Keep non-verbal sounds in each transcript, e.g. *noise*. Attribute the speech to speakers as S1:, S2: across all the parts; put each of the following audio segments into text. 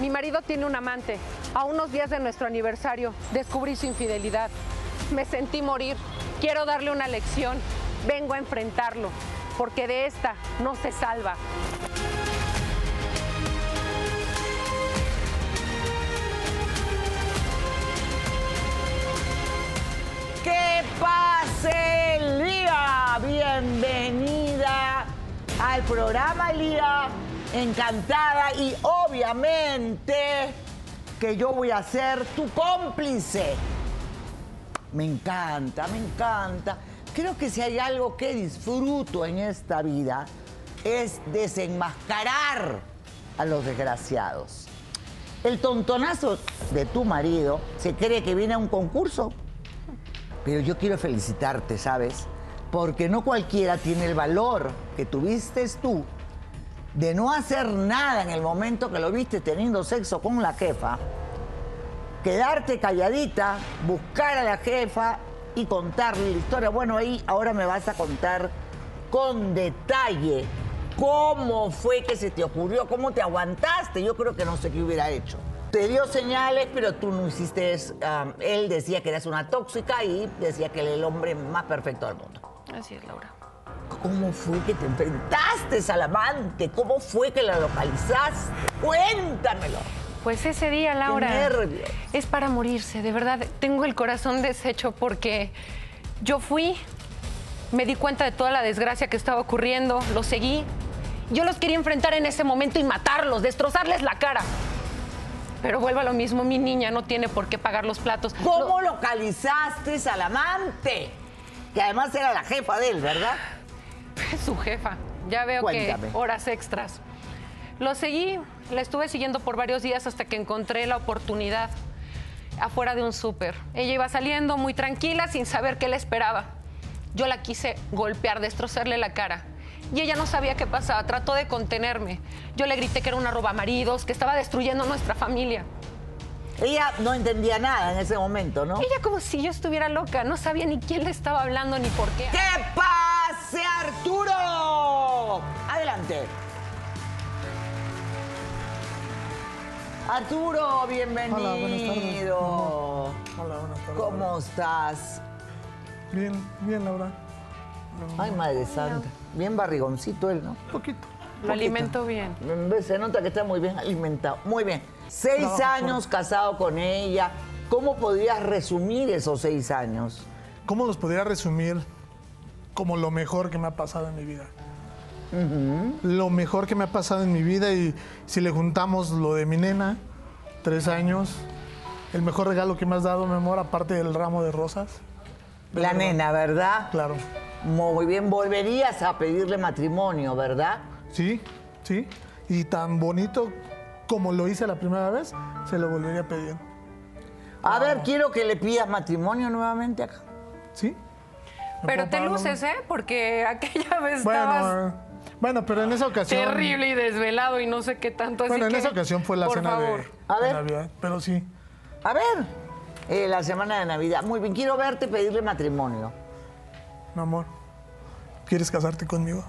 S1: Mi marido tiene un amante. A unos días de nuestro aniversario descubrí su infidelidad. Me sentí morir. Quiero darle una lección. Vengo a enfrentarlo, porque de esta no se salva.
S2: ¡Que pase Lía! Bienvenida al programa Lía. Encantada y obviamente que yo voy a ser tu cómplice. Me encanta, me encanta. Creo que si hay algo que disfruto en esta vida es desenmascarar a los desgraciados. El tontonazo de tu marido se cree que viene a un concurso, pero yo quiero felicitarte, ¿sabes? Porque no cualquiera tiene el valor que tuviste tú de no hacer nada en el momento que lo viste teniendo sexo con la jefa, quedarte calladita, buscar a la jefa y contarle la historia. Bueno, ahí ahora me vas a contar con detalle cómo fue que se te ocurrió, cómo te aguantaste. Yo creo que no sé qué hubiera hecho. Te dio señales, pero tú no hiciste eso. Ah, él decía que eras una tóxica y decía que era el hombre más perfecto del mundo.
S3: Así es, Laura.
S2: ¿Cómo fue que te enfrentaste al amante? ¿Cómo fue que la localizaste? Cuéntamelo.
S3: Pues ese día, Laura.
S2: nervios.
S3: Es para morirse, de verdad. Tengo el corazón deshecho porque yo fui, me di cuenta de toda la desgracia que estaba ocurriendo, los seguí. Yo los quería enfrentar en ese momento y matarlos, destrozarles la cara. Pero vuelvo a lo mismo, mi niña no tiene por qué pagar los platos.
S2: ¿Cómo
S3: Lo-
S2: localizaste al amante? Que además era la jefa de él, ¿verdad?
S3: *laughs* su jefa. Ya veo
S2: Cuéntame.
S3: que horas extras. Lo seguí, la estuve siguiendo por varios días hasta que encontré la oportunidad afuera de un súper. Ella iba saliendo muy tranquila sin saber qué le esperaba. Yo la quise golpear, destrozarle la cara. Y ella no sabía qué pasaba, trató de contenerme. Yo le grité que era una roba maridos, que estaba destruyendo nuestra familia.
S2: Ella no entendía nada en ese momento, ¿no?
S3: Ella como si yo estuviera loca, no sabía ni quién le estaba hablando ni por qué.
S2: ¡Que pase Arturo! Adelante. Arturo, bienvenido.
S4: Hola, buenas tardes. Hola, buenas tardes.
S2: ¿Cómo estás?
S4: Bien, bien, Laura.
S2: Ay, madre santa. Bien barrigoncito él, ¿no?
S4: Un poquito.
S3: Lo alimento bien.
S2: Ve, Se nota que está muy bien alimentado. Muy bien. Seis
S4: Trabajo
S2: años casado con ella. ¿Cómo podrías resumir esos seis años?
S4: ¿Cómo los podría resumir como lo mejor que me ha pasado en mi vida? Lo mejor que me ha pasado en mi vida y si le juntamos lo de mi nena, tres años, el mejor regalo que me has dado, mi amor, aparte del ramo de rosas.
S2: La nena, ¿verdad?
S4: Claro.
S2: Muy bien. Volverías a pedirle matrimonio, ¿verdad?
S4: Sí, sí. Y tan bonito como lo hice la primera vez, se lo volvería a pedir.
S2: A ver, quiero que le pidas matrimonio nuevamente acá.
S4: ¿Sí? ¿Me
S3: Pero
S4: puedo
S3: te
S4: parar, Laura?
S3: luces, ¿eh? Porque *laughs* aquella vez estabas...
S4: Bueno, eh, bueno, pero en esa ocasión.
S3: terrible y desvelado y no sé qué tanto. así
S4: Bueno, en
S3: que,
S4: esa ocasión fue la
S3: por
S4: cena
S3: favor.
S4: de,
S2: A
S4: de
S2: ver.
S4: Navidad, pero sí.
S2: A ver, eh, la semana de Navidad. Muy bien, quiero verte pedirle matrimonio.
S4: Mi amor, ¿quieres casarte conmigo?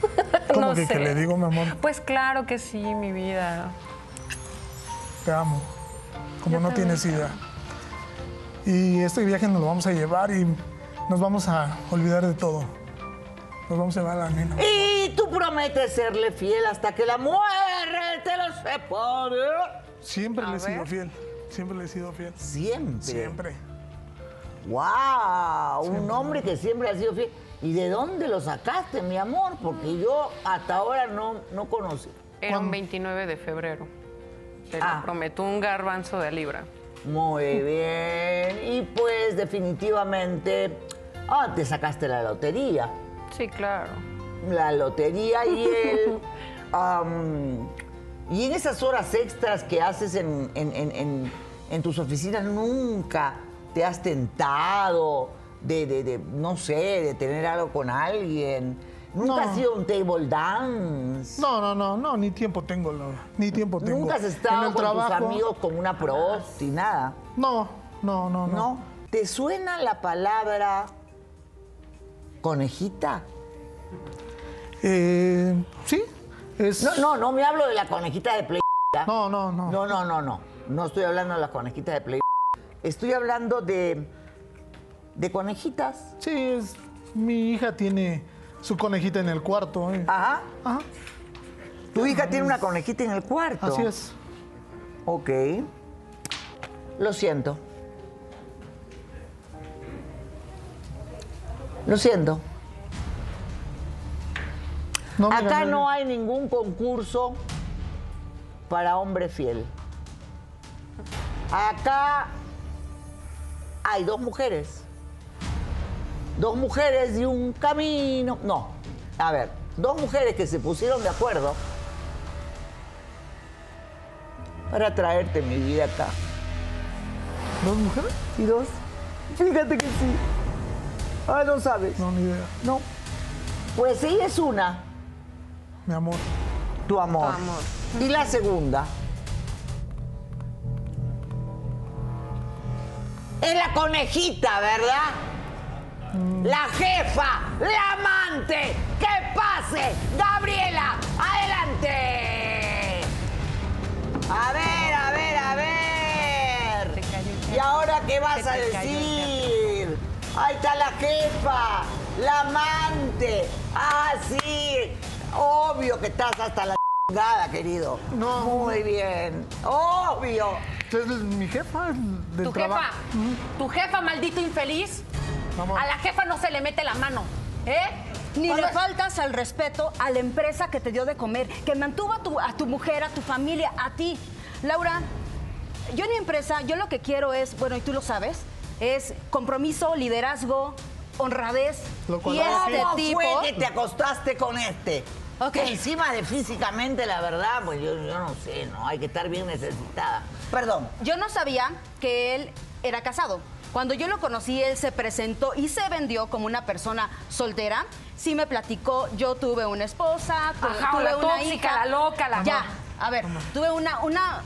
S4: *laughs* ¿Cómo
S3: No
S4: que, que
S3: sé.
S4: le digo, mi amor?
S3: Pues claro que sí, mi vida.
S4: Te amo. Como
S3: Yo
S4: no
S3: también
S4: tienes
S3: te
S4: idea. Y este viaje nos lo vamos a llevar y nos vamos a olvidar de todo. Nos vamos a llevar a la nena.
S2: Y tú prometes serle fiel hasta que la muerte los separe.
S4: Siempre
S3: A
S4: le he sido
S3: ver.
S4: fiel. Siempre le he sido fiel.
S2: Siempre.
S4: Siempre.
S2: ¡Wow! Un hombre que siempre ha sido fiel. ¿Y de dónde lo sacaste, mi amor? Porque yo hasta ahora no, no conocí.
S3: Era un 29 de febrero. Te lo
S2: Ah.
S3: prometo, un garbanzo de libra.
S2: Muy bien. Y pues definitivamente, ah, te sacaste la lotería.
S3: Sí, claro.
S2: La lotería
S4: *laughs*
S2: y él. am, y en esas horas extras que haces en, en- en- en- en tus oficinas, nunca te has tentado de, de- de, no sé, de tener algo con alguien. Nunca
S4: No.
S2: has sido un table dance.
S4: No, no, no, no, ni tiempo tengo, Laura. Ni tiempo tengo.
S2: Nunca has
S4: En
S2: estado
S4: el
S2: con
S4: trabajo,
S2: tus amigos con una prosti, nada.
S4: No, no, no, no.
S2: ¿No? ¿Te suena la palabra conejita?
S4: Eh, sí, Es-
S2: No, no, no me hablo de la conejita de play.
S4: No, no, no.
S2: No, no, no, no. No estoy hablando de la conejita de play. Estoy hablando de. de conejitas.
S4: Sí, es, mi hija tiene su conejita en el cuarto. ¿eh?
S2: Ajá.
S4: Ajá,
S2: Tu hija tiene una conejita en el cuarto.
S4: así es.
S2: Ok. Lo siento. Lo siento.
S4: No me
S2: Acá
S4: ganó.
S2: no hay ningún concurso para hombre fiel. Acá hay dos mujeres. Dos mujeres y un camino. No, a ver, dos mujeres que se pusieron de acuerdo para traerte mi vida acá.
S4: ¿Dos mujeres?
S2: ¿Y dos? Fíjate que sí. Ah, no sabes.
S4: No, ni idea.
S2: No. Pues ella es una,
S4: Mi amor.
S2: tu amor.
S3: amor.
S2: Y la segunda. Es la conejita, ¿verdad? La jefa, la amante. ¡Que pase! Gabriela, adelante. A ver, a ver, a ver. ¿Y ahora qué vas a decir? Ahí está la jefa, la amante. Ah, sí. Obvio que estás hasta la chingada, querido.
S4: No.
S2: Muy bien. Obvio.
S4: Es mi jefa el del
S3: Tu jefa,
S4: trabajo.
S3: tu jefa, maldito infeliz,
S4: Vamos.
S3: a la jefa no se le mete la mano, ¿eh?
S5: Ni
S3: Cuando-
S5: le faltas al respeto a la empresa que te dio de comer, que mantuvo a tu, a tu mujer, a tu familia, a ti. Laura, yo en mi empresa, yo lo que quiero es, bueno, y tú lo sabes, es compromiso, liderazgo, honradez.
S4: Lo cual
S5: y
S4: ahora
S5: este
S2: ¿Cómo
S5: tipo...
S2: fue que te acostaste con este?
S5: Ok.
S2: Que Encima de físicamente, la verdad, pues yo, yo no sé, ¿no? Hay que estar bien necesitada. Perdón.
S5: Yo no sabía que él era casado. Cuando yo lo conocí, él se presentó y se vendió como una persona soltera. Sí me platicó, yo tuve una esposa, tu-
S3: Ajá,
S5: tuve
S3: la
S5: una
S3: tóxica,
S5: hija.
S3: la loca, la-
S5: Ya, a ver, tuve una, una...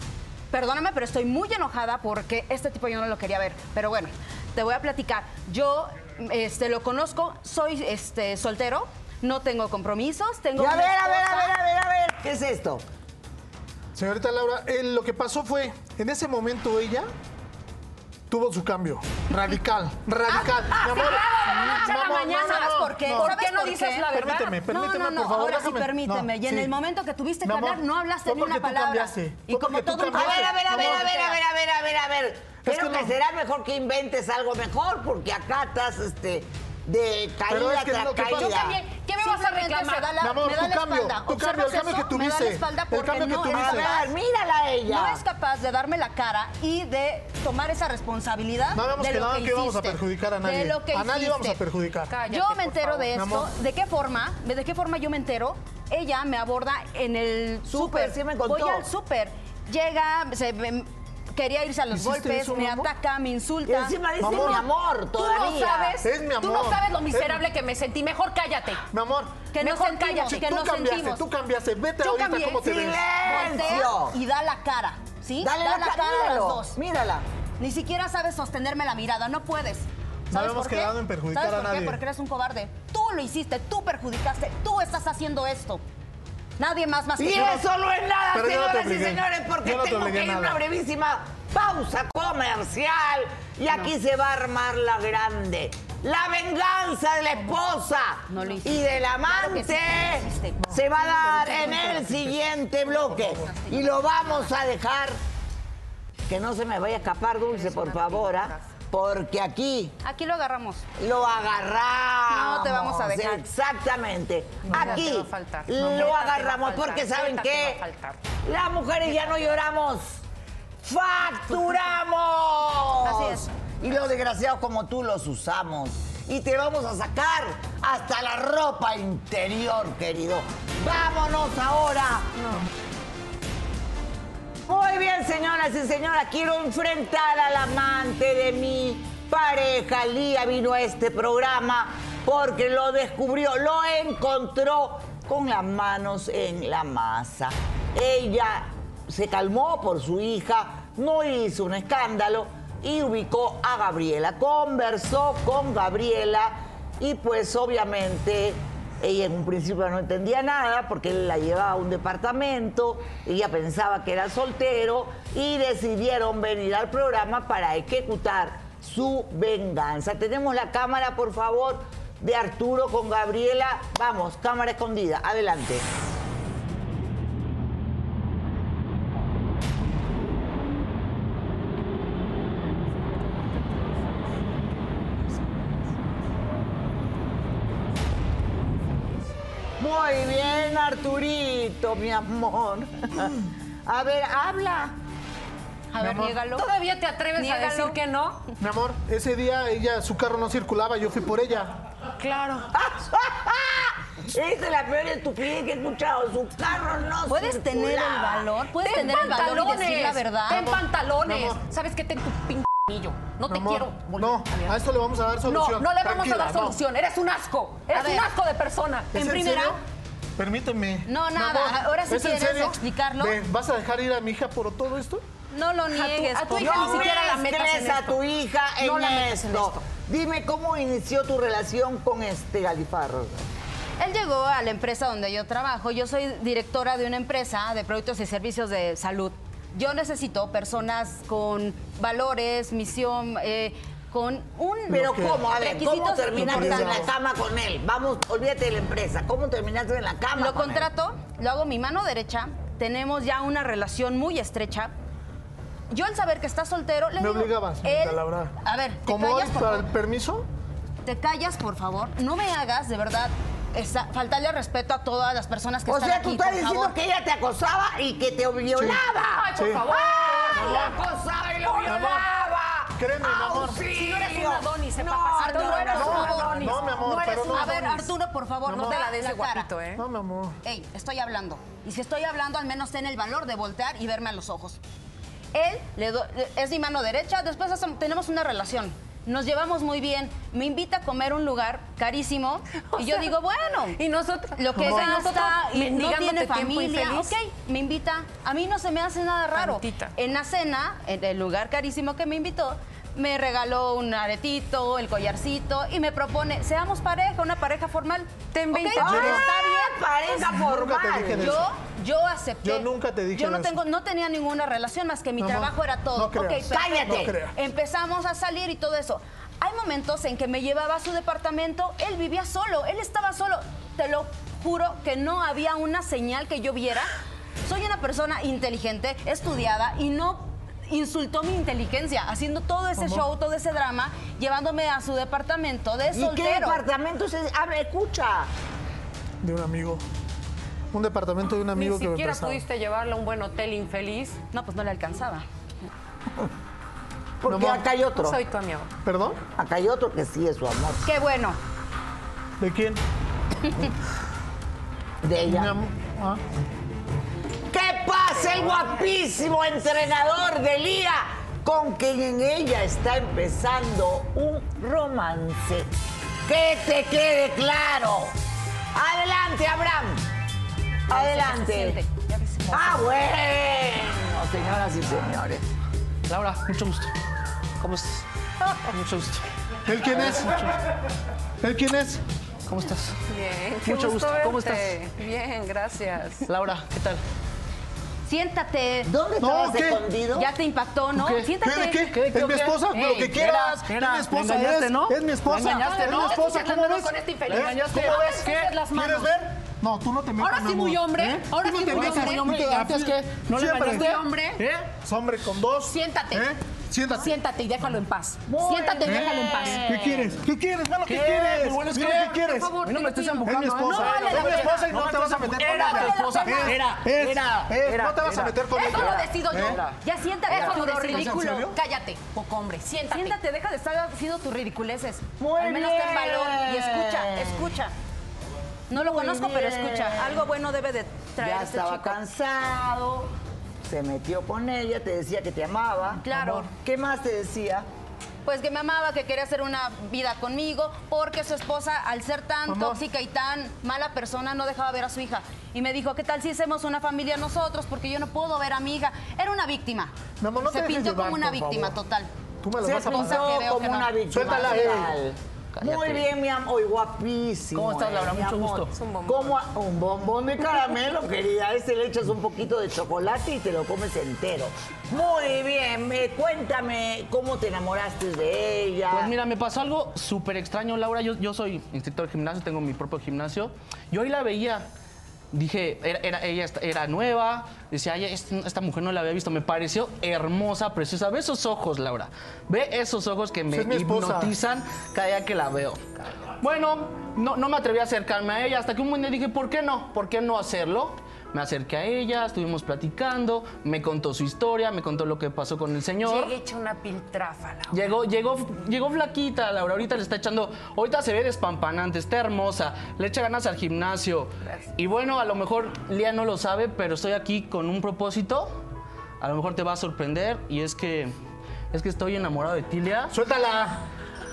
S5: Perdóname, pero estoy muy enojada porque este tipo yo no lo quería ver. Pero bueno, te voy a platicar. Yo este, lo conozco, soy este, soltero, no tengo compromisos, tengo
S2: Y a
S5: una
S2: ver, a ver, a
S5: esposa.
S2: ver, a ver, a ver. ¿Qué es esto?
S4: Señorita Laura, eh, lo que pasó fue, en ese momento ella tuvo su cambio. Radical, radical.
S5: ah,
S4: Mi
S5: sí,
S4: amor,
S5: claro, de la noche a la
S4: vamos,
S5: mañana, ¿sabes por qué?
S3: ¿Por
S5: ¿Sabes
S3: qué no
S5: por
S3: dices
S5: qué?
S3: la verdad?
S4: Permíteme, permíteme,
S5: no, no, no.
S4: por favor.
S5: Ahora
S4: déjame-
S5: sí, permíteme.
S4: No,
S5: y en
S4: sí.
S5: el momento que tuviste que
S4: Mi amor,
S5: hablar, no hablaste
S4: fue
S5: ni una
S4: porque tú
S5: palabra.
S4: cambiaste,
S5: Y
S4: fue
S5: como
S4: porque tú
S5: todo un
S2: A ver, a ver, a
S5: No,
S2: ver,
S5: no,
S2: a ver, a ver, a ver, a ver, a ver. Creo
S4: que
S2: que,
S4: no.
S2: será mejor que inventes algo mejor, porque acá estás este, de
S4: Pero
S2: caída
S4: es que
S2: tras
S4: lo que
S2: caída.
S4: pasa-
S5: Yo cambié. ¿Qué me vas a
S3: Simplemente
S5: reclamar?
S3: se da
S4: la- Mi amor, me da tu la cambio, espalda. tu Observas cambio, el cambio eso, que me da la
S5: Me da
S4: tuviste,
S5: la espalda
S4: el
S5: porque
S4: porque cambio que no
S5: no
S4: es
S2: A
S4: tuviste.
S2: ver, mírala a ella.
S5: No es capaz de darme la cara y de tomar esa responsabilidad
S4: No habíamos
S5: de lo
S4: quedado
S5: que
S4: que íbamos a
S5: hiciste,
S4: perjudicar a
S5: de
S4: nadie.
S5: lo que
S4: A nadie íbamos a
S5: hiciste.
S4: perjudicar.
S3: Cállate,
S5: yo
S3: por
S5: me entero
S3: favor.
S5: de
S4: Mi
S5: esto.
S4: amor.
S5: ¿De qué forma? ¿De qué forma yo me entero? Ella me aborda en el
S2: Súper,
S5: súper.
S2: sí me contó.
S5: Voy al súper. Llega, se, me- quería irse a los
S4: ¿Hiciste
S5: golpes,
S4: eso, mi
S5: me
S4: amor?
S5: ataca, me
S2: Y
S5: insulta.
S2: encima dice
S4: Mamá,
S2: mi amor
S3: Tú no
S2: todavía.
S3: sabes,
S4: Es mi
S3: tú
S4: amor.
S3: no sabes lo
S4: Es-
S3: miserable que me sentí. Mejor cállate.
S4: Mi amor,
S5: Que no
S3: Mejor
S5: sentimos,
S3: cállate,
S5: que
S4: tú
S5: no
S4: cambiaste,
S5: sentimos.
S4: tú cambiaste. Vete
S5: Yo
S4: ahorita
S5: cambié,
S4: cómo te
S5: sí,
S4: ves.
S2: ¡Silencio!
S5: Voltea y da la cara, ¿sí?
S2: Dale
S5: da
S2: la, cara,
S5: a las
S2: míralo,
S5: dos.
S2: Mírala.
S5: Ni siquiera sabes sostenerme la mirada, no puedes.
S4: No
S5: ¿Sabes
S4: habíamos
S5: por qué?
S4: quedado en perjudicar
S5: ¿Sabes
S4: a
S5: por
S4: nadie.
S5: qué? Porque eres un cobarde. Tú lo hiciste, tú perjudicaste, tú estás haciendo esto. Nadie más más
S2: Y
S5: que tú.
S2: eso no es nada,
S4: Pero yo no te
S2: señoras y
S4: obligué.
S2: señores, porque
S4: Yo no te
S2: tengo
S4: obligué
S2: que ir a
S4: nada.
S2: una brevísima pausa comercial. Y aquí se va a armar la grande. La venganza de la esposa
S5: No lo hiciste.
S2: y del amante
S5: Claro que sí, lo hiciste.
S2: se va a dar en el siguiente bloque. Y lo vamos a dejar. Que no se me vaya a escapar, Dulce, por favor, ¿ah? porque aquí
S5: Aquí lo agarramos.
S2: lo agarramos.
S5: No te vamos a dejar.
S2: Exactamente. Aquí
S3: te va a faltar. No, neta te
S2: lo
S3: va a
S2: agarramos
S3: faltar.
S2: porque saben
S3: Neta te
S2: que
S3: va a faltar.
S2: las mujeres ya no lloramos, facturamos.
S5: Así es.
S2: Y los desgraciados como tú los usamos. Y te vamos a sacar hasta la ropa interior, querido. Vámonos ahora. Muy bien, señoras y señores, quiero enfrentar al amante de mi pareja. Lía vino a este programa porque lo descubrió, lo encontró con las manos en la masa. Ella se calmó por su hija, no hizo un escándalo y ubicó a Gabriela. Conversó con Gabriela y pues obviamente Ella en un principio no entendía nada porque él la llevaba a un departamento, ella pensaba que era soltero y decidieron venir al programa para ejecutar su venganza. Tenemos la cámara, por favor, de Arturo con Gabriela. Vamos, cámara escondida, adelante. Muy bien, Arturito, mi amor. *laughs* A ver, habla. *laughs*
S5: A ver, niégalo.
S3: ¿Todavía te atreves a decir que no?
S4: Mi amor, ese día ella, su carro no circulaba, yo fui por ella.
S3: Claro.
S2: Esa es la peor estupidez que he escuchado. Su carro no
S5: ¿Puedes tener el
S2: circulaba.
S5: valor? ¿Puedes tener el valor y decir la verdad?
S3: Ten
S4: Mi
S3: pantalones.
S4: amor.
S3: ¿Sabes qué? Ten tu pinillo. No
S4: Mi
S3: te
S4: amor,
S3: quiero volver
S4: No,
S3: a ver.
S4: a esto le vamos a dar
S3: No,
S4: solución.
S3: no le vamos a
S4: Tranquila,
S3: dar solución. Eres un asco. Eres
S5: ver.
S3: un asco de persona.
S4: ¿Es
S5: En primera-
S4: serio? Permíteme.
S5: No,
S4: Mi
S5: nada, ahora sí
S4: ¿es en
S5: quieres
S4: serio?
S5: explicarlo.
S4: Ven, ¿Vas a dejar ir a mi hija por todo esto?
S5: No lo niegues.
S3: a tu
S5: por
S3: hija
S5: favor.
S3: ni siquiera la metas en
S2: mezcles a
S3: esto.
S2: tu hija en,
S3: No la metas
S2: esto.
S3: en esto.
S2: Dime cómo inició tu relación con este galifarro.
S5: Él llegó a la empresa donde yo trabajo. Yo soy directora de una empresa de productos y servicios de salud. Yo necesito personas con valores, misión, eh, con un...
S2: Pero
S4: que-
S2: cómo, a ver, ¿cómo
S5: requisitos
S2: terminaste en la
S5: importantes.
S2: cama con él? Vamos, olvídate de la empresa. ¿Cómo terminaste en la cama?
S5: Lo
S2: con él?
S5: contrato, lo hago mi mano derecha. Tenemos ya una relación muy estrecha. Yo al saber que está soltero, le
S4: Me
S5: digo,
S4: obligabas,
S5: él-
S4: la verdad.
S5: A ver, te
S4: ¿Como hoy
S5: callas, por
S4: para el
S5: favor.
S4: permiso?
S5: Te callas, por favor. No me hagas, de verdad, esa- faltarle al respeto a todas las personas que
S2: O
S5: están
S2: sea,
S5: aquí,
S2: tú estás
S5: por
S2: diciendo
S5: favor.
S2: que ella te acosaba y que te violaba.
S3: Ay, por
S4: Sí.
S3: favor.
S2: ¡Ay, la acosaba y lo
S4: Mi amor.
S2: violaba!
S4: Créeme, mi amor.
S3: Si no eres un
S2: ¡Auxilio!
S3: Adonis, eh,
S2: No,
S3: papacito,
S2: no,
S3: no eres
S2: no,
S3: un
S2: no,
S3: Adonis.
S4: no, mi amor,
S3: No eres
S4: pero
S3: un
S4: no.
S5: A ver,
S3: Adonis.
S5: Arturo, por favor,
S4: Mi
S5: no
S4: amor.
S5: te la
S3: Te
S5: des
S3: la
S5: de
S3: guapito,
S5: guapito,
S3: ¿eh?
S4: No, mi amor.
S5: Ey, estoy hablando. Y si estoy hablando, al menos ten el valor de voltear y verme a los ojos. Él le do- es mi mano derecha, después hacemos- tenemos una relación. Nos llevamos muy bien. Me invita a comer a un lugar
S3: *laughs*
S5: carísimo. y yo digo, bueno.
S3: Y nosotros.
S5: lo que
S3: o sea,
S5: gasta
S3: nosotros
S5: y no
S3: mendigándote
S5: tiene
S3: tiempo
S5: familia.
S3: infeliz.
S5: Ok, me invita. A mí no se me hace nada raro.
S3: Tantita.
S5: En la cena, en el lugar carísimo que me invitó, me regaló un aretito, el collarcito y me propone, seamos pareja, una pareja formal.
S3: Te
S5: Ok, ah,
S3: invita.
S5: está
S2: Yo no-
S5: bien.
S2: Pareja
S4: Nunca te dije
S2: formal.
S4: de-
S5: Yo, yo acepté.
S4: Yo nunca te dije
S5: Yo no
S4: eso.
S5: tengo, no tenía ninguna relación más que mi
S4: No, no.
S5: trabajo era todo.
S4: No
S5: Ok,
S4: creas.
S5: perfecto.
S2: Cállate.
S4: No creas.
S5: Empezamos a salir y todo eso. Hay momentos en que me llevaba a su departamento, él vivía solo, él estaba solo. Te lo juro que no había una señal que yo viera. Soy una persona inteligente, estudiada y no insultó mi inteligencia haciendo todo ese show, todo ese drama, llevándome a su departamento de
S2: ¿Y qué
S5: soltero.
S2: departamento se Habla, escucha.
S4: De un amigo. Un departamento de un amigo
S3: Ni
S4: que me
S3: siquiera
S4: prestaba.
S3: pudiste llevarla a un buen hotel infeliz.
S5: No, pues no le alcanzaba.
S2: Porque
S4: No, ma.
S2: acá hay otro.
S3: Soy tu amigo.
S4: ¿Perdón?
S2: Acá hay otro que sí es su amor.
S5: Qué bueno.
S4: ¿De quién?
S2: De
S4: Mi
S2: ella.
S4: amor. Ah.
S2: ¿Qué pasa el guapísimo entrenador de liga con quien en ella está empezando un romance? Que te quede claro. Adelante, Abraham. Adelante. Ah, bueno, señoras y señores.
S6: Laura, mucho gusto. ¿Cómo
S3: *laughs*
S6: estás? Mucho gusto.
S4: ¿Él quién es? ¿Él quién es?
S6: ¿Cómo estás?
S3: Bien, qué
S6: Mucho gusto. ¿Cómo
S3: verte. Bien, gracias.
S6: Laura, ¿qué tal?
S5: Siéntate.
S2: ¿Dónde
S4: No,
S2: estabas
S4: ¿qué?
S2: escondido?
S5: Ya te impactó, ¿no?
S4: ¿Qué?
S5: Siéntate.
S4: ¿Qué? ¿Qué?
S6: ¿Qué?
S4: ¿Es mi
S6: ¿Qué?
S4: esposa? Lo
S6: Ey,
S4: que quieras.
S6: espera, espera.
S4: Es mi esposa.
S6: Me engañaste,
S4: es,
S6: ¿no?
S4: es mi esposa.
S6: Me engañaste,
S4: es
S6: ¿no?
S4: mi esposa.
S3: Estás
S4: ¿Cómo
S3: hablando
S4: ves?
S3: con este infeliz.
S4: ¿Eh?
S3: Me engañaste.
S4: ¿Cómo ves?
S3: ¿Qué? Las
S4: ¿Quieres
S3: manos.
S4: ver? No, tú no te metas.
S3: Ahora sí
S4: mi
S3: muy
S4: amor.
S3: hombre,
S4: ¿Eh?
S3: ahora
S4: Tú no
S3: sí
S4: te
S3: muy
S4: metas,
S3: hombre.
S4: no te
S6: Antes
S4: metas.
S6: que no le
S4: Siempre.
S6: engañaste.
S3: Muy hombre.
S6: ¿Eh?
S4: Es hombre con dos.
S3: Siéntate.
S4: ¿Eh? Siéntate.
S3: Siéntate y déjalo en paz. Siéntate y
S4: bien.
S3: déjalo en paz.
S4: ¿Qué quieres? ¿Qué quieres? Ve lo que
S6: ¿Qué?
S4: quieres.
S6: Me hueles
S4: Ve
S6: que-
S4: lo que quieres.
S3: Por favor,
S6: A mí no me estés
S3: tranquilo.
S4: Es ¿eh? mi
S6: empujando.
S4: esposa.
S3: No vale
S4: es mi
S3: la
S4: esposa y
S6: pena.
S4: no te
S6: No
S4: vas a
S6: me
S4: meter
S6: estés
S4: con
S6: empujando. Era tu esposa. Era,
S4: Es,
S6: era,
S4: es,
S6: era,
S4: No te vas a
S6: era.
S4: meter con
S3: Eso
S4: ella.
S3: lo decido yo.
S5: Ya siéntate,
S3: Eso
S5: deja
S3: lo
S5: de
S3: decido.
S5: ridículo.
S4: ¿En serio?
S3: Cállate, poco hombre. Siéntate.
S5: Siéntate, deja de estar haciendo tus ridiculeces.
S2: Muy
S5: Al menos ten valor y escucha,
S2: bien.
S5: escucha. No lo
S2: Muy
S5: conozco, pero
S2: bien.
S5: escucha. Algo bueno debe de traer
S2: Ya
S5: este
S2: estaba
S5: chico.
S2: cansado. Se metió con ella, te decía que te amaba.
S5: Claro.
S2: ¿Qué más te decía?
S5: Pues que me amaba, que quería hacer una vida conmigo, porque su esposa, al ser tan
S4: Amor.
S5: tóxica y tan mala persona, no dejaba ver a su hija. Y me dijo, ¿qué tal si hacemos una familia nosotros? Porque yo no puedo ver a mi hija. Era una víctima.
S4: Mi amor, no
S5: Se
S4: te dejes
S5: pintó
S4: llevar,
S5: como una
S4: por
S5: víctima
S4: favor.
S5: total.
S4: Tú me las
S2: Se
S4: vas a
S2: pintó
S4: pasar.
S5: pagar.
S2: como una víctima.
S4: Suéltala, eh.
S2: real.
S6: Cállate.
S2: Muy bien, mi amor. Hoy guapísimo.
S6: ¿Cómo estás,
S2: eh,
S6: Laura?
S2: mi
S6: Mucho
S2: amor.
S6: gusto.
S3: Es un bombón.
S2: ¿Cómo a- un bombón de caramelo, *laughs* querida. Ese le echas un poquito de chocolate y te lo comes entero. Muy bien. eh, cuéntame cómo te enamoraste de ella.
S6: Pues mira, me pasó algo súper extraño, Laura. Yo, yo soy instructor de gimnasio, tengo mi propio gimnasio. Yo ahí la veía. Dije, era, era- ella est- era nueva, decía, "Ay, esta, esta mujer no la había visto, me pareció hermosa, preciosa. Ve esos ojos, Laura. Ve esos ojos que me
S4: Es mi esposa.
S6: hipnotizan cada día que la veo. Bueno, no, no me atreví a acercarme a ella hasta que un buen día dije, ¿por qué no? ¿Por qué no hacerlo? Me acerqué a ella, estuvimos platicando, me contó su historia, me contó lo que pasó con el señor.
S3: Llegué hecha una piltrafa, Laura.
S6: Llegó, llegó, llegó flaquita, Laura. Ahorita le está echando. Ahorita se ve despampanante, está hermosa, le echa ganas al gimnasio.
S3: Gracias.
S6: Y bueno, a lo mejor Lía no lo sabe, pero estoy aquí con un propósito. A lo mejor te va a sorprender y es que. Es que estoy enamorado de ti, Lía.
S4: Suéltala.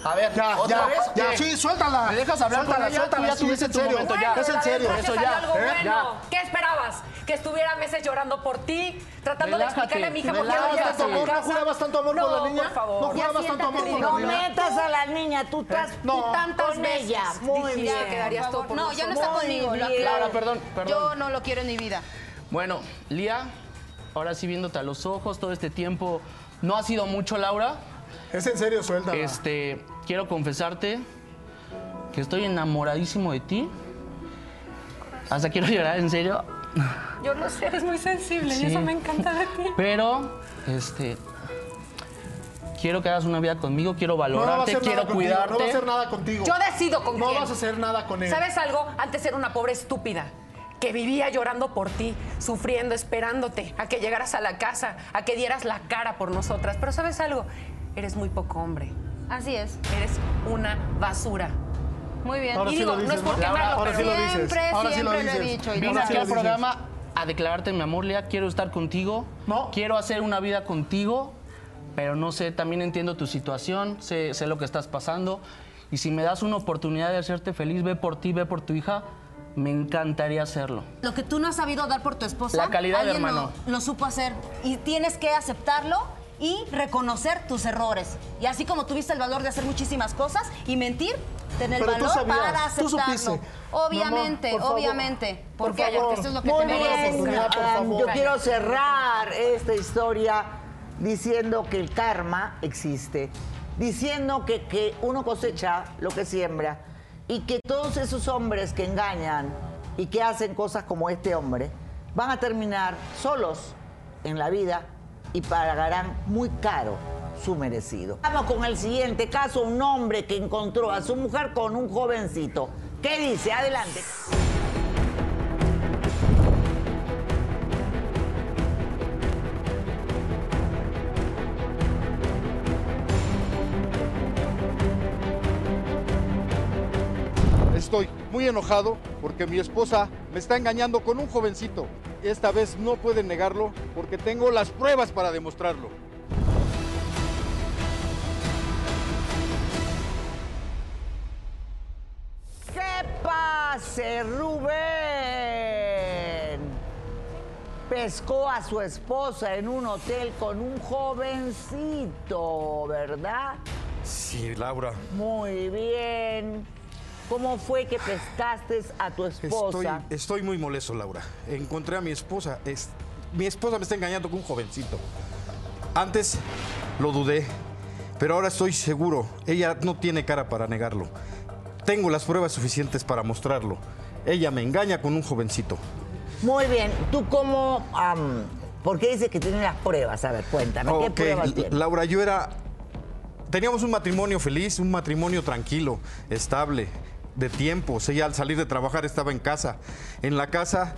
S6: A ver,
S4: Ya,
S6: ¿otra
S4: ya,
S6: vez?
S4: ya,
S6: ¿Qué?
S4: sí, suéltala.
S6: ¿Me dejas hablar
S4: Suéltala,
S6: con ella?
S4: suéltala,
S6: Tú ya
S4: sí,
S6: tuviste
S4: es
S6: tu
S4: en serio.
S6: momento, ya.
S4: Es en
S3: la
S4: serio.
S3: verdad,
S6: Eso
S3: salió
S6: ya,
S3: algo
S6: ¿eh?
S3: bueno.
S6: Ya.
S3: ¿Qué esperabas? ¿Que estuviera meses llorando por ti? Tratando
S6: Relájate,
S3: de explicarle a mi hija por qué
S6: relájate.
S3: no
S4: ¿Jurabas
S3: llegas a
S4: tanto
S3: mi
S4: amor? ¿No
S3: casa.
S4: jurabas tanto amor por la niña?
S3: por favor.
S4: ¿No jurabas tanto amor por
S2: No
S4: la niña?
S2: metas a la niña, tú estás
S4: No.
S2: tú
S4: Tantas
S2: con ella. Muy
S3: dijiste
S2: bien.
S3: que darías todo por
S5: No, ya no está
S2: Muy
S5: conmigo. lo
S2: bien.
S5: aclaro.
S6: Laura, perdón, perdón.
S5: Yo no lo quiero en mi vida.
S6: Bueno, Lía, ahora sí viéndote a los ojos, todo este tiempo no ha sido mucho, Laura.
S4: Es en serio, suéltala.
S6: Este, quiero confesarte que estoy enamoradísimo de ti. Hasta quiero llorar, en serio.
S3: Yo lo sé, eres muy sensible
S6: Sí.
S3: y eso me encanta de ti.
S6: *laughs* Pero, este, quiero que hagas una vida conmigo, quiero
S4: No, no va a
S6: valorarte,
S4: hacer
S6: quiero
S4: nada contigo,
S6: cuidarte.
S4: No va a hacer nada contigo.
S3: *laughs* Yo decido con
S4: No
S3: quién.
S4: vas a hacer nada con él.
S3: ¿Sabes algo? Antes era una pobre estúpida que vivía llorando por ti, sufriendo, esperándote a que llegaras a la casa, a que dieras la cara por nosotras. Pero ¿sabes algo? Eres muy poco hombre.
S5: Así es.
S3: Eres una basura.
S5: Muy bien.
S4: Ahora
S3: Y
S4: sí
S3: digo,
S4: lo
S3: no
S4: dices,
S3: es por
S4: ¿no?
S3: quemarlo,
S4: Ahora sí
S3: pero-
S4: lo dices.
S5: Siempre,
S4: Ahora sí
S5: siempre lo he
S4: dices.
S5: dicho, y
S6: Vine
S4: Ahora sí
S6: aquí
S4: lo
S6: al
S4: dices.
S6: programa a declararte mi amor, Lea. Quiero estar contigo.
S4: No.
S6: Quiero hacer una vida contigo. Pero no sé, también entiendo tu situación. Sé, sé lo que estás pasando. Y si me das una oportunidad de hacerte feliz, ve por ti, ve por tu hija. Me encantaría hacerlo.
S5: Lo que tú no has sabido dar por tu esposa,
S6: La calidad de
S5: alguien
S6: hermano.
S5: Lo, lo supo hacer. Y tienes que aceptarlo y reconocer tus errores. Y así como tuviste el valor de hacer muchísimas cosas y mentir, tener el
S4: Pero tú
S5: valor
S4: sabías,
S5: para
S4: tú
S5: aceptarlo.
S4: supiste.
S5: Obviamente,
S4: Mi amor, por favor.
S5: obviamente.
S4: Por
S5: ¿Por qué?
S4: favor.
S5: Porque eso es lo que
S2: Muy
S5: te
S2: bien.
S5: mereces.
S4: oportunidad, por
S2: Ah,
S4: favor.
S2: Yo quiero cerrar esta historia diciendo que el karma existe, diciendo que, que uno cosecha lo que siembra y que todos esos hombres que engañan y que hacen cosas como este hombre van a terminar solos en la vida y pagarán muy caro su merecido. Vamos con el siguiente caso, un hombre que encontró a su mujer con un jovencito. ¿Qué dice? Adelante.
S7: Estoy muy enojado porque mi esposa me está engañando con un jovencito. Esta vez no pueden negarlo porque tengo las pruebas para demostrarlo.
S2: ¿Qué pase, Rubén? Pescó a su esposa en un hotel con un jovencito, ¿verdad?
S8: Sí, Laura.
S2: Muy bien. ¿Cómo fue que pescaste a tu
S8: Estoy,
S2: esposa?
S8: estoy muy molesto, Laura. Encontré a mi esposa. Es- mi esposa me está engañando con un jovencito. Antes lo dudé, pero ahora estoy seguro. Ella no tiene cara para negarlo. Tengo las pruebas suficientes para mostrarlo. Ella me engaña con un jovencito.
S2: Muy bien. ¿Tú cómo...? am, ¿Por qué dices que tienes las pruebas? A ver, cuéntame. ¿Qué
S8: Ok,
S2: pruebas
S8: L-
S2: tienes?
S8: Laura, yo era. Teníamos un matrimonio feliz, un matrimonio tranquilo, estable, de tiempos. Ella al salir de trabajar estaba en casa. En la casa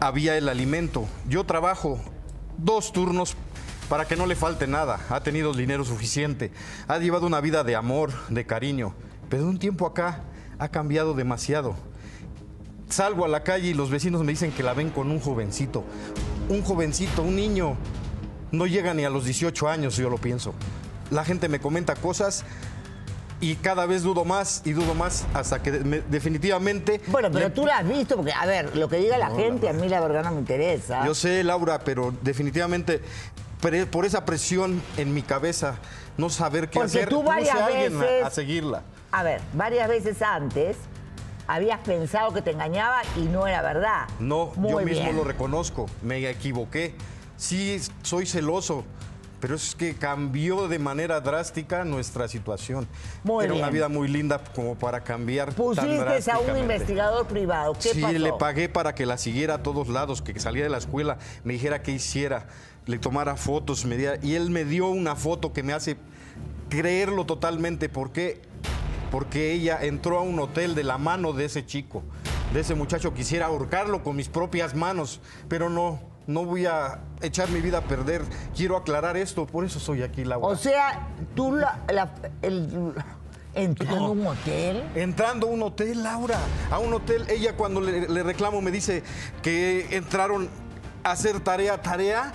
S8: había el alimento. Yo trabajo dos turnos para que no le falte nada. Ha tenido el dinero suficiente. Ha llevado una vida de amor, de cariño. Pero de un tiempo acá ha cambiado demasiado. Salgo a la calle y los vecinos me dicen que la ven con un jovencito. Un jovencito, un niño. No llega ni a los 18 años, yo lo pienso. La gente me comenta cosas y cada vez dudo más y dudo más hasta que me- definitivamente...
S2: Bueno, pero
S8: le-
S2: tú la has visto, porque, a ver, lo que diga la gente, a mí la verdad no me interesa.
S8: Ah. Yo sé, Laura, pero definitivamente pre- por esa presión en mi cabeza, no saber qué
S2: Porque
S8: hacer,
S2: tú
S8: puse
S2: varias
S8: a alguien a-
S2: veces-
S8: a seguirla.
S2: a ver, varias veces antes habías pensado que te engañaba y no era verdad.
S8: No,
S2: Muy
S8: yo mismo
S2: bien.
S8: lo reconozco, me equivoqué. Sí, es- soy celoso, pero es que cambió de manera drástica nuestra situación.
S2: Muy
S8: Era una
S2: bien.
S8: vida muy linda como para cambiar tan
S2: Pusiste a un
S8: drásticamente.
S2: investigador privado. ¿Qué
S8: sí,
S2: pasó?
S8: le pagué para que la siguiera a todos lados, que saliera de la escuela, me dijera qué hiciera, le tomara fotos, me diera- y él me dio una foto que me hace creerlo totalmente. ¿Por qué? Porque ella entró a un hotel de la mano de ese chico, de ese muchacho. Quisiera ahorcarlo con mis propias manos, pero no, no voy a echar mi vida a perder. Quiero aclarar esto, por eso soy aquí, Laura.
S2: O sea, tú la, la- el- entrando a un hotel.
S8: Entrando a un hotel, Laura, a un hotel, ella cuando le, le reclamo me dice que entraron a hacer tarea, tarea,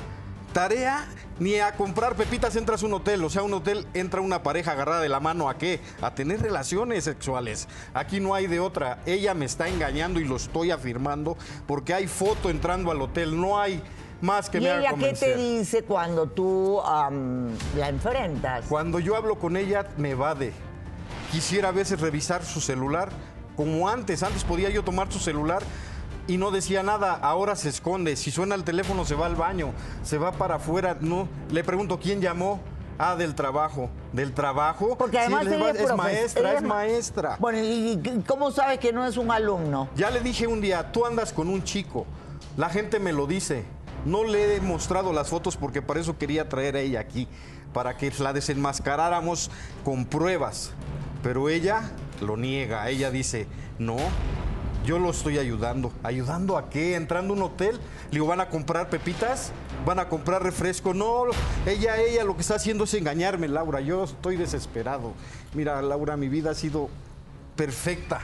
S8: tarea, ni a comprar pepitas entras a un hotel, o sea, a un hotel entra una pareja agarrada de la mano a qué, a tener relaciones sexuales. Aquí no hay de otra, ella me está engañando y lo estoy afirmando porque hay foto entrando al hotel, no hay más que
S2: ¿Y
S8: me haga
S2: ella qué te
S8: convencer.
S2: dice cuando tú am, la enfrentas?
S8: Cuando yo hablo con ella, me evade. Quisiera a veces revisar su celular, como antes. Antes podía yo tomar su celular y no decía nada. Ahora se esconde. Si suena el teléfono, se va al baño, se va para afuera. No, le pregunto quién llamó. Ah, del trabajo. ¿Del trabajo?
S2: Porque
S8: Sí,
S2: además
S8: le
S2: ella
S8: va-
S2: es,
S8: es
S2: profe-
S8: maestra,
S2: ella
S8: es
S2: ma-
S8: maestra.
S2: Bueno, ¿y y cómo sabes que no es un alumno?
S8: Ya le dije un día, tú andas con un chico. La gente me lo dice. No le he mostrado las fotos porque para eso quería traer a ella aquí, para que la desenmascaráramos con pruebas. Pero ella lo niega. Ella dice, no, yo lo estoy ayudando. ¿Ayudando a qué? Entrando a un hotel, le digo, ¿van a comprar pepitas? ¿Van a comprar refresco? No, ella, ella lo que está haciendo es engañarme, Laura. Yo estoy desesperado. Mira, Laura, mi vida ha sido perfecta,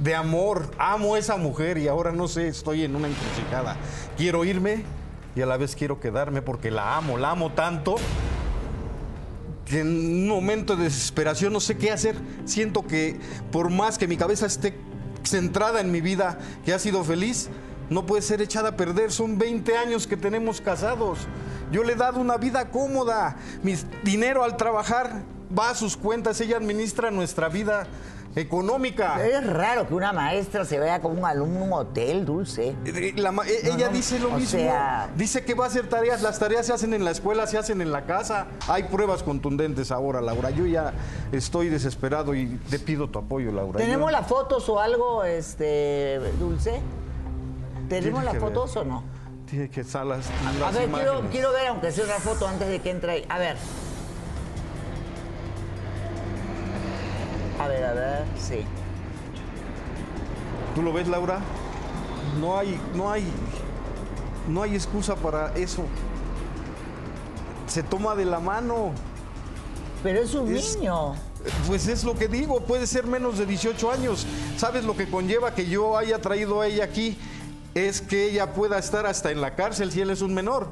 S8: de amor. Amo a esa mujer y ahora no sé, estoy en una encrucijada. Quiero irme y a la vez quiero quedarme porque la amo, la amo tanto que en un momento de desesperación no sé qué hacer. Siento que por más que mi cabeza esté centrada en mi vida, que ha sido feliz, no puede ser echada a perder. Son 20 años que tenemos casados. Yo le he dado una vida cómoda. Mi dinero al trabajar va a sus cuentas. Ella administra nuestra vida económica.
S2: Es raro que una maestra se vea como un alumno en un hotel, dulce.
S8: Eh, la ma- eh,
S2: No,
S8: ella
S2: no,
S8: dice lo
S2: o
S8: mismo.
S2: sea-
S8: Dice que va a hacer tareas. Las tareas se hacen en la escuela, se hacen en la casa. Hay pruebas contundentes ahora, Laura. Yo ya estoy desesperado y te pido tu apoyo, Laura.
S2: ¿Tenemos
S8: Yo-
S2: las fotos o algo, este, dulce? ¿Tenemos
S8: Tienes
S2: las
S8: que ver.
S2: fotos o no?
S8: Tiene que estar las,
S2: A
S8: las
S2: ver, quiero,
S8: imágenes.
S2: quiero ver, aunque sea una foto antes de que entre ahí. A ver. A ver, a ver, sí.
S8: ¿Tú lo ves, Laura? No hay, no hay, no hay excusa para eso. Se toma de la mano.
S2: Pero es un
S8: Es-
S2: niño.
S8: Pues es lo que digo, puede ser menos de 18 años. ¿Sabes lo que conlleva que yo haya traído a ella aquí? Es que ella pueda estar hasta en la cárcel si él es un menor.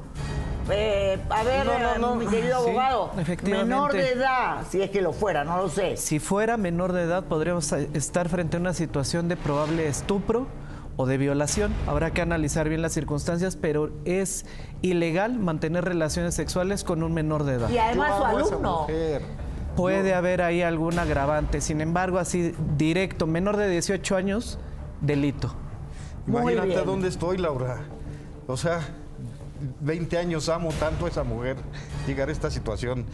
S2: Eh, a ver,
S9: No, no,
S2: eh,
S9: no.
S2: mi querido
S9: Sí,
S2: abogado,
S9: efectivamente.
S2: menor de edad, si es que lo fuera, no lo sé.
S9: Si fuera menor de edad, podríamos eh, estar frente a una situación de probable estupro o de violación. Habrá que analizar bien las circunstancias, pero es ilegal mantener relaciones sexuales con un menor de edad.
S2: Y además su
S8: Yo amo a esa
S2: alumno.
S8: mujer.
S9: Puede haber ahí algún agravante, sin embargo, así directo, menor de 18 años, delito.
S2: Muy
S8: Imagínate
S2: bien.
S8: dónde estoy, Laura. O sea, 20 años amo tanto a esa mujer llegar a esta situación.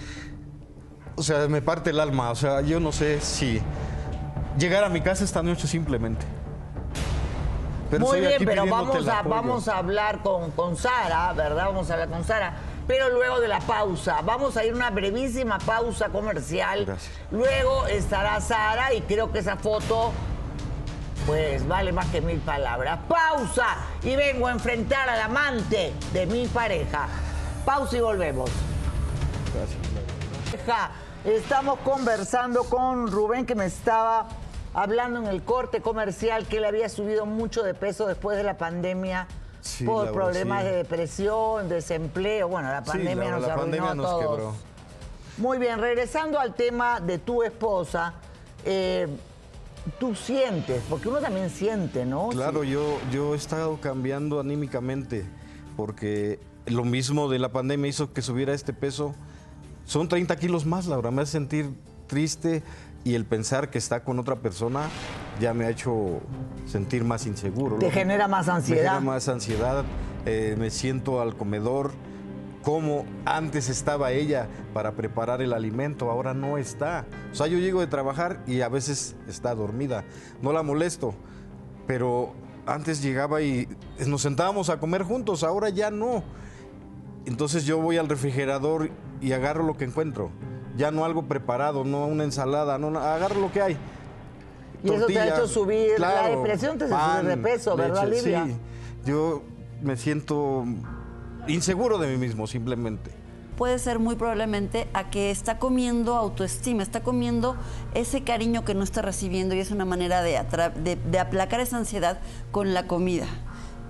S8: O sea, me parte el alma. O sea, yo no sé si llegar a mi casa esta noche simplemente.
S2: Muy
S8: estoy
S2: bien,
S8: aquí
S2: pero
S8: pidiéndote
S2: vamos
S8: el
S2: a,
S8: apoyo.
S2: vamos a hablar con, con Sara, ¿verdad? Vamos a hablar con Sara. Pero luego de la pausa, vamos a ir a una brevísima pausa comercial.
S8: Gracias.
S2: Luego estará Sara y creo que esa foto, pues vale más que mil palabras. Pausa y vengo a enfrentar al amante de mi pareja. Pausa y volvemos. Pareja. Estamos conversando con Rubén que me estaba hablando en el corte comercial que le había subido mucho de peso después de la pandemia
S8: Sí,
S2: por
S8: Laura,
S2: problemas
S8: sí.
S2: de depresión, desempleo. Bueno, la
S8: Sí,
S2: pandemia
S8: Laura,
S2: nos
S8: la
S2: arruinó
S8: pandemia
S2: a
S8: nos
S2: todos.
S8: quebró.
S2: Muy bien, regresando al tema de tu esposa, eh, tú sientes, porque uno también siente, ¿no?
S8: Claro,
S2: Oh, Sí.
S8: yo, yo he estado cambiando anímicamente porque lo mismo de la pandemia hizo que subiera este peso. Son 30 kilos más, Laura. Me hace sentir triste, y el pensar que está con otra persona ya me ha hecho sentir más inseguro.
S2: Te genera más ansiedad.
S8: Me genera más ansiedad, eh, me siento al comedor, como antes estaba ella para preparar el alimento, ahora no está. O sea, yo llego de trabajar y a veces está dormida, no la molesto, pero antes llegaba y nos sentábamos a comer juntos, ahora ya no. Entonces yo voy al refrigerador y agarro lo que encuentro. Ya no algo preparado, no una ensalada, no na- agarro lo que hay.
S2: Y eso te ha hecho subir, la depresión te hace subir de peso, ¿verdad, Livia?
S8: Sí, yo me siento inseguro de mí mismo, simplemente.
S10: puede ser muy probablemente a que está comiendo autoestima, está comiendo ese cariño que no está recibiendo y es una manera de, atra- de- de aplacar esa ansiedad con la comida.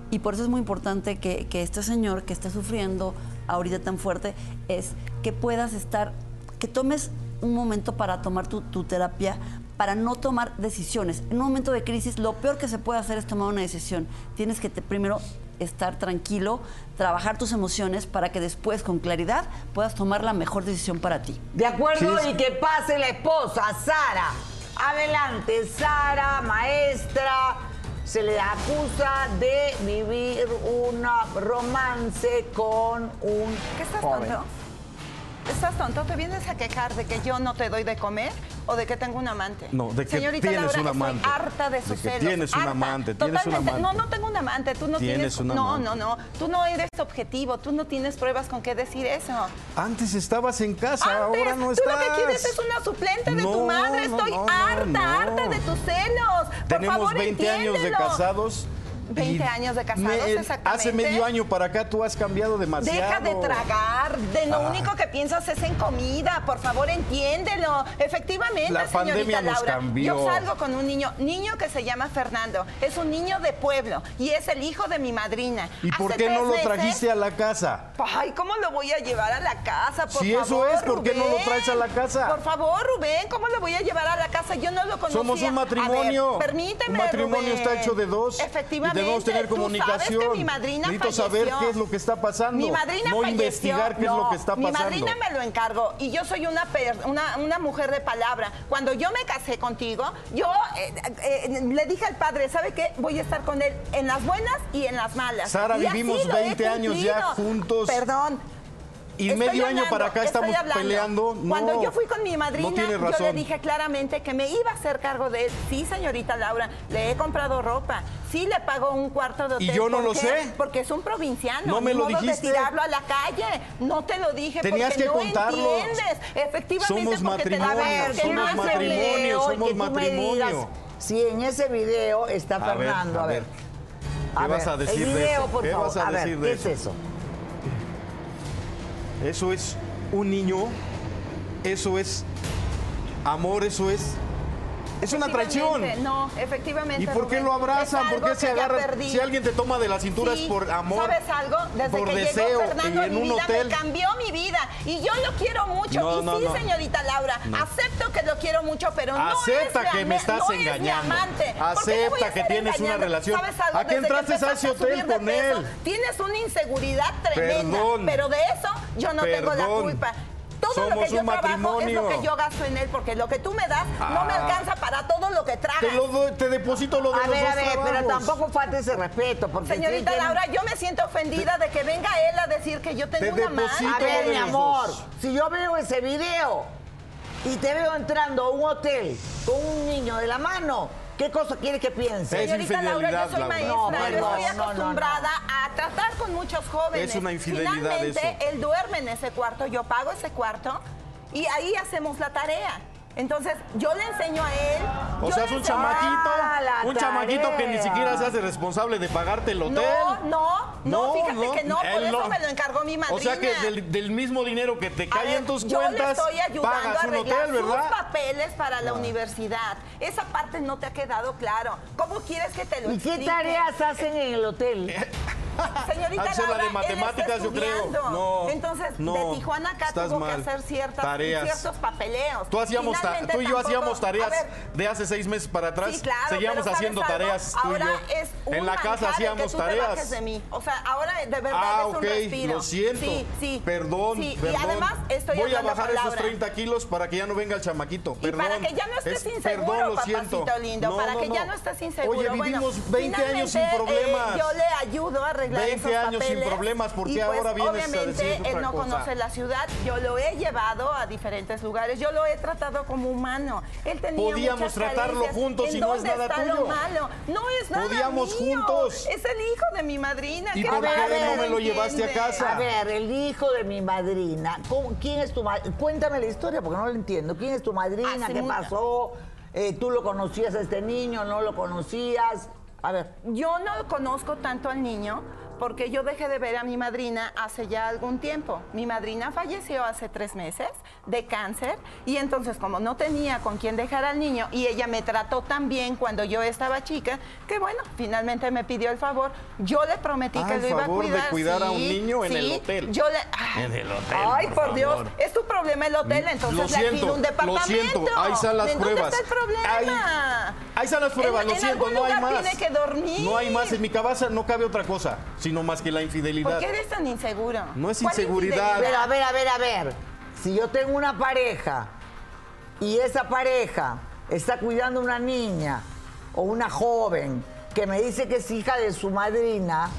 S10: Y por eso es muy importante que, que este señor que está sufriendo ahorita tan fuerte es que puedas estar, que tomes un momento para tomar tu, tu terapia, para no tomar decisiones. En un momento de crisis lo peor que se puede hacer es tomar una decisión. Tienes que te- primero estar tranquilo, trabajar tus emociones para que después con claridad puedas tomar la mejor decisión para ti.
S2: De acuerdo,
S8: Sí, es-
S2: y que pase la esposa, Sara. Adelante, Sara, maestra. Se le acusa de vivir un romance con un
S11: ¿Qué estás
S2: joven.
S11: tonto? ¿Estás tonto? ¿Te vienes a quejar de que yo no te doy de comer o de que tengo un amante?
S8: No, de que
S11: Señorita
S8: tienes
S11: Laura,
S8: un amante.
S11: Estoy harta de
S8: De
S11: sus
S8: que
S11: celos,
S8: tienes un
S11: harta.
S8: amante, tienes un
S11: Totalmente.
S8: amante.
S11: No, no tengo un amante. Tú no
S8: Tienes
S11: tienes.
S8: un
S11: no,
S8: amante.
S11: no, no. Tú no eres objetivo. Tú no tienes pruebas con qué decir eso.
S8: Antes estabas en casa,
S11: Antes,
S8: ahora no
S11: tú
S8: estás.
S11: lo que quieres es una suplente de
S8: No,
S11: tu madre.
S8: no,
S11: Estoy
S8: no, no,
S11: harta,
S8: no.
S11: harta de tus celos. Por
S8: Tenemos
S11: favor,
S8: 20 años de
S11: entiéndelo.
S8: casados. y
S11: 20 años de casados, exactamente.
S8: Hace medio año para acá tú has cambiado demasiado.
S11: Deja de tragar, de lo
S8: Ah.
S11: único que piensas es en comida, por favor entiéndelo. Efectivamente,
S8: La pandemia
S11: señorita
S8: nos
S11: Laura,
S8: cambió.
S11: yo salgo con un niño, niño que se llama Fernando, es un niño de pueblo y es el hijo de mi madrina.
S8: ¿Y por
S11: Hace
S8: qué no
S11: tres
S8: lo
S11: meses-
S8: trajiste a la casa?
S11: Ay, ¿cómo lo voy a llevar a la casa? Por
S8: Si eso
S11: favor,
S8: es, ¿por qué no lo
S11: Rubén?
S8: traes a la casa?
S11: Por favor, Rubén, ¿cómo lo voy a llevar a la casa? Yo no lo conocía.
S8: Somos un
S11: A ver,
S8: matrimonio.
S11: permíteme,
S8: Un matrimonio
S11: Rubén.
S8: está hecho de dos.
S11: Efectivamente.
S8: Y debemos tener
S11: Tú sabes que
S8: comunicación.
S11: mi madrina
S8: Necesito
S11: falleció.
S8: saber qué es lo que está pasando.
S11: Mi madrina
S8: No
S11: falleció.
S8: investigar qué es
S11: No,
S8: lo que está
S11: Mi
S8: pasando.
S11: madrina me lo encargó y yo soy una, per- una, una mujer de palabra. Cuando yo me casé contigo, yo eh, eh, le dije al padre, ¿sabe qué? Voy a estar con él en las buenas y en las malas.
S8: Sara,
S11: Y así
S8: vivimos
S11: lo he
S8: 20 años ya
S11: cumplido.
S8: juntos.
S11: Perdón,
S8: Y
S11: Estoy
S8: medio año
S11: hablando,
S8: para acá
S11: estoy
S8: estamos
S11: hablando.
S8: peleando. No,
S11: Cuando yo fui con mi madrina,
S8: no tienes
S11: yo le
S8: razón.
S11: dije claramente que me iba a hacer cargo de él. Sí, señorita Laura, le he comprado ropa. Sí, le pago un cuarto de
S8: ¿Y
S11: hotel.
S8: yo no
S11: ¿Por
S8: lo
S11: qué?
S8: sé?
S11: Porque es un provinciano.
S8: No me
S11: Ni
S8: lo
S11: modo
S8: dijiste.
S11: de tirarlo a la calle. No te lo dije
S8: Tenías
S11: porque
S8: que
S11: no
S8: contarlo.
S11: entiendes. Efectivamente,
S8: Somos
S11: porque te la
S8: matrimonio,
S11: ves, que
S8: somos
S11: no
S2: Hace
S11: hace
S8: matrimonio,
S2: video y
S8: somos
S2: que tú me
S8: matrimonio.
S2: digas Si en ese video está
S8: A ver,
S2: Fernando,
S8: a
S2: a ver.
S8: ver.
S2: A
S8: ¿Qué
S2: ver,
S8: vas a decir
S2: el
S8: de
S2: video,
S8: eso?
S2: por
S8: ¿Qué
S2: favor.
S8: vas a
S2: ver,
S8: decir de
S2: ¿qué
S8: eso?
S2: es eso?
S8: Eso es un niño, eso es amor, eso es. Es una traición.
S11: Efectivamente, No, efectivamente.
S8: ¿Y por qué
S11: Rubén.
S8: lo
S11: Es
S8: abrazan? ¿Por
S11: algo
S8: qué se
S11: que ya
S8: agarran?
S11: perdí.
S8: Si alguien te toma de las cinturas
S11: Sí,
S8: por amor,
S11: ¿Sabes algo? Desde
S8: por
S11: que
S8: deseo,
S11: llegó Fernando
S8: y
S11: en
S8: en
S11: mi
S8: un
S11: vida
S8: hotel.
S11: me cambió mi vida y yo lo quiero mucho.
S8: No,
S11: y
S8: no,
S11: sí,
S8: no.
S11: señorita Laura, acepto que lo quiero mucho, pero no
S8: Acepta
S11: es mi
S8: que me
S11: ame-
S8: estás
S11: no es mi
S8: engañando.
S11: amante. ¿Por qué le voy
S8: Acepta
S11: a
S8: que
S11: estar
S8: tienes una
S11: engañando?
S8: relación.
S11: ¿Sabes algo?
S8: ¿A qué
S11: Desde que
S8: entraste a ese
S11: empezaste subir
S8: hotel
S11: de
S8: con
S11: peso,
S8: él?
S11: Tienes una inseguridad tremenda,
S8: Perdón.
S11: pero de eso yo no tengo la
S8: Perdón.
S11: culpa. Todo lo
S8: Somos
S11: que yo
S8: un
S11: trabajo es lo
S8: matrimonio.
S11: que yo gasto en él, porque lo que tú me das no me
S8: Ah.
S11: alcanza para todo lo que tragas.
S8: Te, lo doy- te deposito lo de
S2: A
S8: los
S2: ver,
S8: dos
S2: a ver, pero
S8: trabajos.
S2: tampoco falta ese respeto. Porque
S11: Señorita
S2: sí tienen-
S11: Laura, yo me siento ofendida de que venga él a decir que yo
S8: Te
S11: tengo una
S8: deposito
S2: A
S11: madre.
S2: ver,
S8: de
S2: mi
S8: los
S2: amor,
S8: dos.
S2: si yo veo ese video y te veo entrando a un hotel con un niño de la mano, ¿qué cosa quieres que piense?
S8: Es
S11: Señorita Laura, yo soy
S8: infidelidad,
S11: maestra,
S8: Laura.
S2: No,
S11: yo estoy
S2: no, no, no,
S11: acostumbrada a tratar con muchos jóvenes.
S8: Es una infidelidad
S11: Finalmente,
S8: eso.
S11: él duerme en ese cuarto, yo pago ese cuarto y ahí hacemos la tarea. Entonces, yo le enseño a él.
S8: O
S11: yo
S8: sea,
S11: le
S8: es un
S11: enseño-
S8: chamaquito,
S2: Ah, la
S8: un chamaquito que ni
S2: tarea.
S8: siquiera se hace responsable de pagarte el hotel.
S11: No, no, no, fíjate que no, por
S8: él
S11: eso me lo encargó mi madrina.
S8: O sea que del, del mismo dinero que te
S11: A
S8: cae
S11: ver,
S8: en tus
S11: yo le
S8: cuentas,
S11: estoy ayudando
S8: pagas
S11: a
S8: un
S11: arreglar
S8: hotel, ¿verdad?
S11: sus papeles para la universidad. Esa parte no te ha quedado claro. ¿Cómo quieres que te lo
S2: ¿Y qué
S11: explique?
S2: tareas hacen en el hotel?
S11: Señorita
S8: Ha de ser la
S11: Laura,
S8: de
S11: él
S8: matemáticas,
S11: está
S8: yo creo.
S11: estudiando.
S8: No,
S11: Entonces,
S8: no,
S11: de Tijuana acá
S8: estás
S11: tuvo
S8: mal.
S11: que hacer ciertas,
S8: Tareas.
S11: ciertos papeleos.
S8: Tú, hacíamos ta-
S11: Finalmente
S8: tú y yo
S11: tampoco-
S8: hacíamos tareas
S11: A ver,
S8: de hace seis meses para atrás.
S11: Sí, claro,
S8: Seguíamos
S11: pero ¿sabes
S8: haciendo
S11: algo?
S8: tareas. tú y
S11: ahora
S8: yo.
S11: Es un
S8: en la
S11: manjar el
S8: casa
S11: que
S8: hacíamos
S11: tú te bajes
S8: tareas.
S11: de mí. O sea, ahora de verdad
S8: Ah,
S11: es un
S8: ok,
S11: respiro.
S8: lo siento.
S11: Sí, sí.
S8: Perdón,
S11: Sí,
S8: perdón.
S11: Y además estoy
S8: Voy a
S11: hablando
S8: bajar
S11: con
S8: esos
S11: Laura.
S8: 30 kilos para que ya no venga el chamaquito.
S11: Y
S8: Perdón.
S11: para que ya no
S8: Es-
S11: estés inseguro,
S8: perdón, lo
S11: papacito
S8: siento.
S11: lindo,
S8: No,
S11: para
S8: no,
S11: que ya
S8: no
S11: no estés inseguro.
S8: Oye,
S11: Bueno,
S8: vivimos 20 años sin
S11: finalmente, eh,
S8: problemas.
S11: yo le ayudo a arreglar
S8: 20
S11: esos
S8: años sin
S11: papeles,
S8: problemas, ¿por
S11: y
S8: qué
S11: pues,
S8: ahora vienes a
S11: obviamente,
S8: decir otra
S11: él no
S8: cosa?
S11: conoce la ciudad, yo lo he llevado a diferentes lugares, yo lo he tratado como humano. Él tenía
S8: Podíamos
S11: muchas
S8: tratarlo
S11: carencias.
S8: juntos
S11: ¿En
S8: y no es
S11: dónde
S8: nada
S11: está lo
S8: tuyo?
S11: malo? No es nada
S8: Podíamos
S11: mío.
S8: juntos.
S11: Es el hijo de mi madrina.
S8: ¿Y
S11: ¿qué
S8: por
S11: va a
S8: qué
S11: hacer?
S8: no me lo llevaste a
S11: entiende.
S8: casa?
S2: A ver, el hijo de mi madrina. ¿Cómo- ¿Quién es tu madrina? Cuéntame la historia porque no la entiendo. ¿Quién es tu madrina?
S11: Hace
S2: ¿Qué
S11: mu-
S2: pasó? Eh, ¿Tú lo conocías a este niño? ¿No lo conocías? A ver.
S11: Yo no conozco tanto al niño porque yo dejé de ver a mi madrina hace ya algún tiempo. Mi madrina falleció hace tres meses de cáncer y entonces como no tenía con quién dejar al niño y ella me trató tan bien cuando yo estaba chica, que bueno, finalmente me pidió el favor. Yo le prometí
S8: Ah,
S11: que
S8: el
S11: lo iba
S8: favor
S11: a
S8: de
S11: cuidar.
S8: cuidar a un
S11: sí,
S8: niño en
S11: sí.
S8: el hotel.
S11: Yo le... ay,
S8: En el hotel,
S11: Ay,
S8: por
S11: por, Dios.
S8: favor.
S11: Es tu problema el hotel, entonces
S8: lo
S11: le alquilo
S8: siento,
S11: un
S8: lo
S11: departamento.
S8: siento, ahí están las
S11: ¿En
S8: pruebas.
S11: ¿Dónde está el
S8: Ahí,
S11: problema?
S8: ahí están las pruebas,
S11: En-
S8: lo
S11: en
S8: siento,
S11: algún
S8: no hay
S11: lugar
S8: más.
S11: tiene que dormir.
S8: No hay más, en mi cabeza no cabe otra cosa, sino más que la
S11: ¿Por
S8: infidelidad.
S11: qué eres tan inseguro?
S8: No es
S11: ¿Cuál
S8: inseguridad.
S2: Pero a ver, a ver, a ver. Si yo tengo una pareja y esa pareja está cuidando a una niña o una joven que me dice que es hija de su madrina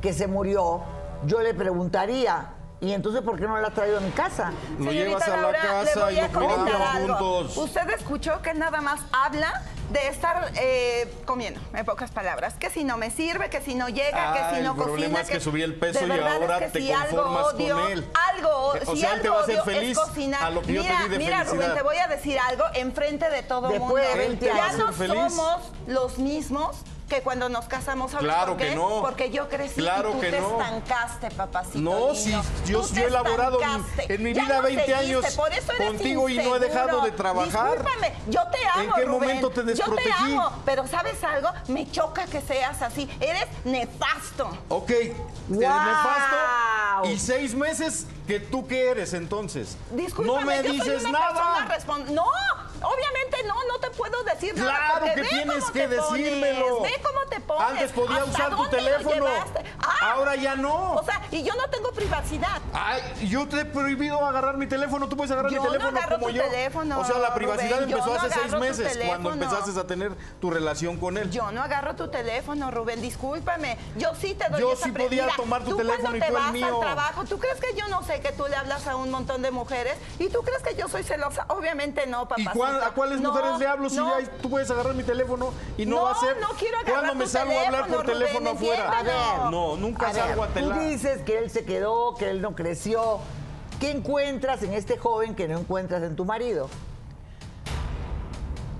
S2: que se murió, yo le preguntaría, ¿y entonces por qué no la has traído a mi casa?
S8: Lo
S11: Señorita
S8: llevas a la
S11: Laura, le
S8: casa
S11: voy
S8: y
S11: a
S8: lo cuidamos
S11: comentar algo.
S8: juntos.
S11: Usted escuchó que nada más habla de estar eh, comiendo, en pocas palabras. Que si no me sirve, que si no llega,
S8: Ah,
S11: que si no
S8: el problema
S11: cocina.
S8: es que subí el peso
S11: De
S8: y
S11: verdad es
S8: ahora
S11: que
S8: te
S11: si algo
S8: conformas con
S11: odio,
S8: él.
S11: Algo,
S8: Eh, o
S11: si
S8: sea, él
S11: algo
S8: te va a hacer
S11: odio es
S8: feliz
S11: cocinar.
S8: a lo que yo te
S11: mira,
S8: di de
S11: mira, Rubén,
S8: felicidad.
S11: te voy a decir algo enfrente de todo el mundo.
S2: Después de 20
S11: ya
S2: años.
S11: no
S8: Ser feliz.
S11: somos los mismos que cuando nos casamos. ¿Sabes
S8: Claro
S11: por qué?
S8: que no.
S11: Porque yo crecí
S8: Claro
S11: y tú
S8: que
S11: te
S8: no.
S11: estancaste, papacito
S8: No,
S11: lindo.
S8: si
S11: Tú
S8: yo,
S11: te
S8: yo he elaborado mi-
S11: estancaste.
S8: en mi
S11: Ya
S8: vida
S11: no
S8: 20
S11: seguiste,
S8: años
S11: por eso eres
S8: contigo y no he
S11: inseguro.
S8: dejado de trabajar.
S11: Discúlpame, yo te amo,
S8: ¿En qué
S11: Rubén.
S8: momento te desprotegí?
S11: Yo te amo, pero ¿sabes algo? Me choca que seas así. Eres nefasto.
S8: Ok, eh, nefasto. Y seis meses que tú qué eres entonces.
S11: Discúlpame,
S8: no me
S11: yo
S8: dices
S11: soy una
S8: nada.
S11: persona respon- No, obviamente no, no te puedo decir nada.
S8: Claro
S11: porque
S8: que
S11: ve
S8: tienes
S11: cómo
S8: que
S11: te pones,
S8: decírmelo.
S11: Ve cómo te pones.
S8: Antes podía
S11: ¿Hasta
S8: usar tu
S11: dónde lo
S8: teléfono.
S11: llevaste? Ah,
S8: Ahora ya no.
S11: O sea, y yo no tengo privacidad.
S8: Ay, yo te he prohibido agarrar mi teléfono, tú puedes agarrar
S11: Yo
S8: mi
S11: no
S8: teléfono
S11: agarro
S8: como
S11: tu
S8: yo.
S11: teléfono,
S8: o sea, la privacidad
S11: Rubén, yo
S8: empezó
S11: no
S8: hace seis
S11: agarro tu
S8: meses cuando
S11: teléfono.
S8: empezaste a tener tu relación con él.
S11: Yo no agarro tu teléfono, Rubén, discúlpame. Yo sí te doy
S8: Yo
S11: esa
S8: sí
S11: pre-
S8: podía
S11: Mira,
S8: tomar tu
S11: tú
S8: teléfono
S11: cuando
S8: y
S11: te
S8: tú el
S11: vas
S8: mío.
S11: al trabajo, ¿tú crees que yo no sé que tú le hablas a un montón de mujeres? ¿Y tú crees que yo soy celosa? Obviamente no, papá.
S8: ¿Y cuál- a cuáles mujeres le hablo si
S11: no,
S8: ahí tú puedes agarrar mi teléfono y no,
S11: No,
S8: va a ser?
S11: no quiero agarrar
S8: ¿Cuándo
S11: tu
S8: me salgo a hablar por
S11: teléfono, Rubén,
S8: teléfono afuera?
S11: entiéndelo. A ver.
S8: no, nunca
S2: A ver,
S8: salgo a
S2: Tú
S8: telar.
S2: dices que él se quedó, que él no creció. ¿Qué encuentras en este joven que no encuentras en tu marido?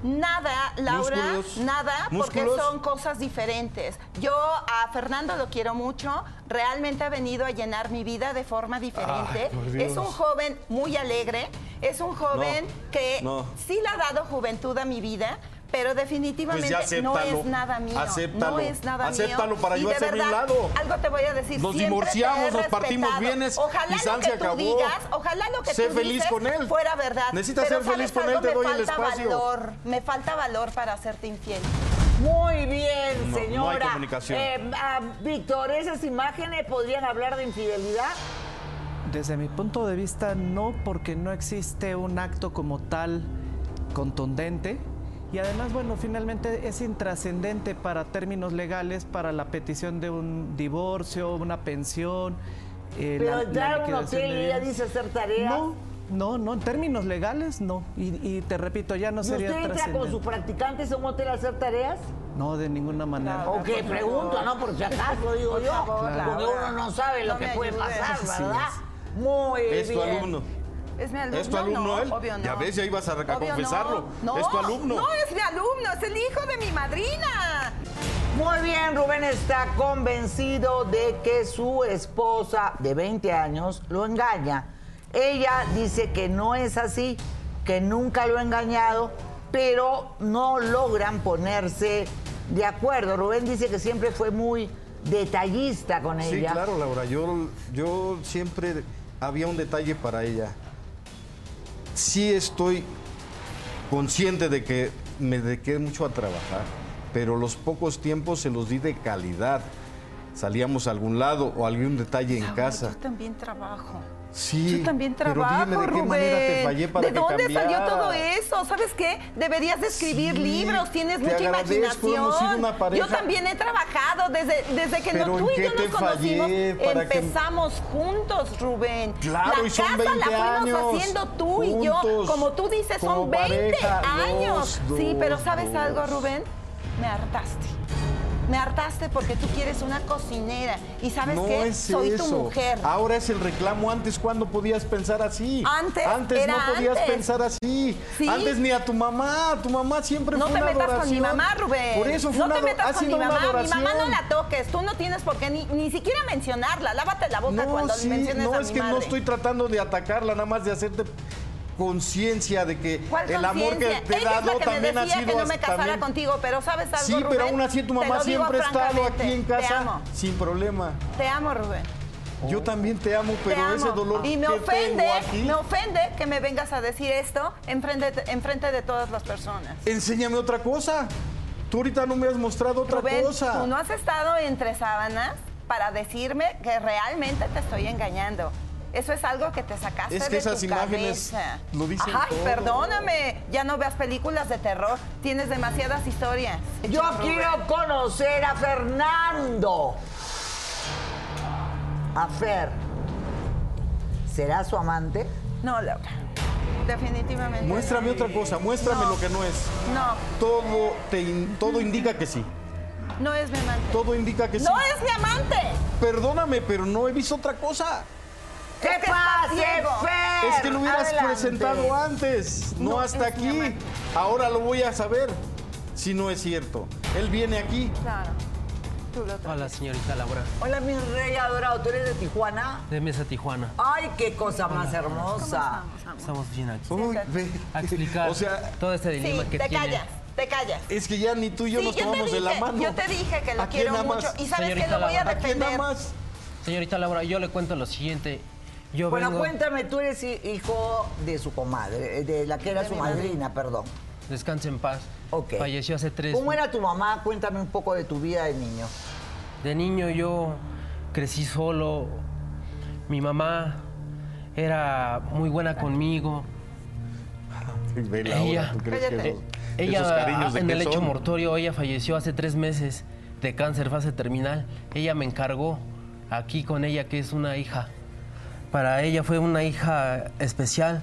S11: Nada, Laura,
S8: Músculos.
S11: nada,
S8: Músculos.
S11: porque son cosas diferentes. Yo a Fernando lo quiero mucho, realmente ha venido a llenar mi vida de forma diferente.
S8: Ay, por Dios.
S11: es un joven muy alegre, es un joven que
S8: no.
S11: sí le ha dado juventud a mi vida. Pero
S8: Pues
S11: definitivamente
S8: ya
S11: no
S8: acéptalo,
S11: es nada mío.
S8: acéptalo,
S11: no es nada
S8: acéptalo
S11: mío.
S8: para
S11: Y
S8: yo
S11: de
S8: hacerme un
S11: verdad,
S8: lado.
S11: Algo te voy a decir.
S8: Nos
S11: siempre te he
S8: divorciamos, nos partimos
S11: respetado.
S8: bienes y
S11: Ojalá
S8: San
S11: lo
S8: se
S11: que tú
S8: acabó.
S11: digas, ojalá lo que
S8: Sé
S11: tú
S8: feliz
S11: dices
S8: con él.
S11: fuera verdad.
S8: Necesitas
S11: Pero
S8: ser feliz
S11: ¿sabes
S8: con él,
S11: algo?
S8: te
S11: Me
S8: doy el
S11: falta
S8: espacio.
S11: valor, me falta valor para hacerte infiel.
S2: Muy bien,
S8: No, no hay
S2: señora.
S8: comunicación.
S2: Eh, ah, Víctor, ¿esas imágenes podrían hablar de infidelidad?
S9: Desde mi punto de vista, no, porque no existe un acto como tal contundente. Y además, bueno, finalmente es intrascendente para términos legales, para la petición de un divorcio, una pensión. eh,
S2: Pero
S9: la- la
S2: entrar a un
S9: liquidación
S2: hotel
S9: de
S2: y ella
S9: bienes.
S2: dice hacer tareas.
S9: No, no, no, en términos legales no. Y, y te repito, ya no
S2: ¿Y usted
S9: sería
S2: entra con sus
S9: trascendente.
S2: practicantes a un hotel a hacer tareas?
S9: No, de ninguna manera.
S2: ¿O qué? Pregunto, ¿no? Por si acaso, digo yo.
S11: favor,
S2: Porque
S11: Laura.
S2: uno no sabe lo
S11: No
S2: que
S11: me
S2: puede
S11: ayudes.
S2: pasar,
S9: Así
S2: ¿verdad? Muy
S8: Es tu
S2: bien.
S8: alumno.
S11: Es mi alumno.
S8: ¿Es tu alumno
S11: no,
S8: él?
S11: Obvio no.
S8: Ya ves, ya ibas a
S11: Obvio
S8: confesarlo.
S11: No.
S8: Es tu alumno.
S11: No es mi alumno, es el hijo de mi madrina.
S2: Muy bien, Rubén está convencido de que su esposa de 20 años lo engaña. Ella dice que no es así, que nunca lo ha engañado, pero no logran ponerse de acuerdo. Rubén dice que siempre fue muy detallista con
S8: Sí,
S2: ella.
S8: claro, Laura. Yo, yo siempre había un detalle para ella. Sí estoy consciente de que me dediqué mucho a trabajar, pero los pocos tiempos se los di de calidad. Salíamos a algún lado o algún detalle en
S11: Laura,
S8: casa.
S11: Yo también trabajo.
S8: Sí,
S11: yo también
S8: pero
S11: trabajo,
S8: dime de qué
S11: Rubén.
S8: manera te fallé para
S11: ¿De
S8: que
S11: dónde salió
S8: cambiaras?
S11: todo eso? ¿Sabes qué? Deberías de escribir
S8: Sí,
S11: libros, tienes
S8: te
S11: mucha
S8: agradezco,
S11: imaginación.
S8: hemos sido una pareja.
S11: Yo también he trabajado desde, desde que
S8: Pero
S11: no,
S8: ¿en
S11: tú y
S8: qué
S11: yo
S8: te
S11: nos
S8: fallé
S11: conocimos.
S8: para que-
S11: Empezamos juntos, Rubén.
S8: Claro,
S11: la
S8: y son
S11: casa
S8: 20
S11: la fuimos
S8: años,
S11: haciendo tú y yo.
S8: juntos,
S11: Como tú dices,
S8: como
S11: son 20
S8: pareja,
S11: años.
S8: dos,
S11: sí,
S8: dos,
S11: pero ¿sabes
S8: dos.
S11: algo, Rubén? Me hartaste. Me hartaste porque tú quieres una cocinera. ¿Y sabes
S8: No
S11: qué?
S8: es
S11: Soy
S8: eso.
S11: tu mujer.
S8: Ahora es el reclamo. Antes, ¿cuándo podías pensar así?
S11: Antes era
S8: no podías
S11: antes.
S8: pensar así.
S11: Sí.
S8: Antes ni a tu mamá. Tu mamá siempre
S11: No
S8: fue
S11: te
S8: una
S11: metas con mi
S8: adoración.
S11: mamá, Rubén.
S8: Por eso fue
S11: no
S8: una
S11: te
S8: ado- ha
S11: metas con mi
S8: sido una
S11: mamá. Mi mamá no
S8: adoración.
S11: la toques. Tú no tienes por qué ni, ni siquiera mencionarla. Lávate la
S8: No,
S11: boca cuando
S8: sí,
S11: menciones
S8: no
S11: a
S8: es
S11: mi
S8: que no
S11: madre.
S8: estoy tratando de atacarla, nada más de hacerte conciencia de que
S11: ¿Cuál
S8: el amor que
S11: conciencia?
S8: te he
S11: Ella es la
S8: dado
S11: que me
S8: también ha
S11: decía
S8: sido
S11: que no
S8: hasta-
S11: me casara
S8: también-
S11: contigo, pero ¿sabes algo,
S8: Sí, pero
S11: Rubén?
S8: aún así tu
S11: Te
S8: mamá
S11: lo digo
S8: siempre ha estado
S11: francamente.
S8: aquí en
S11: Te
S8: casa
S11: amo,
S8: sin problema.
S11: te amo, Rubén.
S12: Oh.
S8: Yo también te amo,
S11: te
S8: pero
S11: amo.
S8: ese dolor
S11: y me
S8: que
S11: ofende,
S8: tengo aquí,
S11: me ofende que me vengas a decir esto en frente, en frente de todas las personas.
S8: enséñame otra cosa. Tú ahorita no me has mostrado otra
S11: Rubén,
S8: cosa.
S11: tú no has estado entre sábanas para decirme que realmente te estoy engañando. Eso es algo que te sacaste
S8: Es que
S11: de
S8: esas
S11: tu
S8: imágenes
S11: cabeza.
S8: lo dicen
S11: Ay,
S8: todo.
S11: perdóname. Ya no veas películas de terror. Tienes demasiadas historias.
S2: Yo
S11: Rubén.
S2: quiero conocer a Fernando. A Fer. ¿Será su amante?
S11: No, Laura. Definitivamente.
S8: Muéstrame otra cosa, muéstrame lo que no es.
S11: No,
S8: Todo, te in- todo indica que sí.
S11: no es mi amante.
S8: Todo indica que sí.
S11: ¡No es mi amante!
S8: Perdóname, pero no he visto otra cosa.
S2: ¿Qué
S11: Es que
S2: pasa,
S11: está ciego.
S2: Fer?
S8: Es que lo hubieras
S2: Adelante.
S8: presentado antes, no,
S11: No,
S8: hasta
S11: es mi
S8: aquí.
S11: amante.
S8: Ahora lo voy a saber si no es cierto. Él viene aquí.
S11: Claro. Tú lo traes.
S12: Hola, señorita Laura,
S2: Hola, mi rey adorado. ¿Tú eres de Tijuana?
S12: de Mesa Tijuana.
S2: Ay, qué cosa más hermosa.
S12: Estamos bien aquí.
S8: Uy, ve.
S12: A explicar
S8: O sea,
S12: todo este dilema
S11: Sí,
S12: que
S11: te
S12: tiene.
S11: callas, te callas.
S8: es que ya ni tú y yo
S11: Sí,
S8: nos
S11: yo te
S8: tomamos de la
S11: dije,
S8: mano.
S11: Yo te dije que lo
S8: ¿A quién
S11: quiero
S8: amas?
S11: mucho. Y sabes que
S12: Señorita
S11: lo voy a
S12: Laura,
S8: ¿A quién
S11: defender.
S8: amas?
S12: Señorita Laura, yo le cuento lo siguiente. Yo
S2: Bueno,
S12: vengo...
S2: cuéntame, tú eres hi- hijo de su comadre, eh, de la que era su madrina, perdón.
S12: Descanse en paz.
S2: Ok.
S12: Falleció hace tres...
S2: ¿Cómo era tu mamá? Cuéntame un poco de tu vida de niño.
S12: De niño yo crecí solo. Mi mamá era muy buena conmigo.
S8: Ve la
S12: Ella-
S8: hora, ¿tú crees que
S11: Cállate.
S8: esos,
S12: Ella ah,
S8: esos cariños de
S12: en
S8: qué
S12: el hecho
S8: son?
S12: mortorio, ella falleció hace tres meses de cáncer fase terminal. Ella me encargó aquí con ella, que es una hija. Para ella fue una hija especial.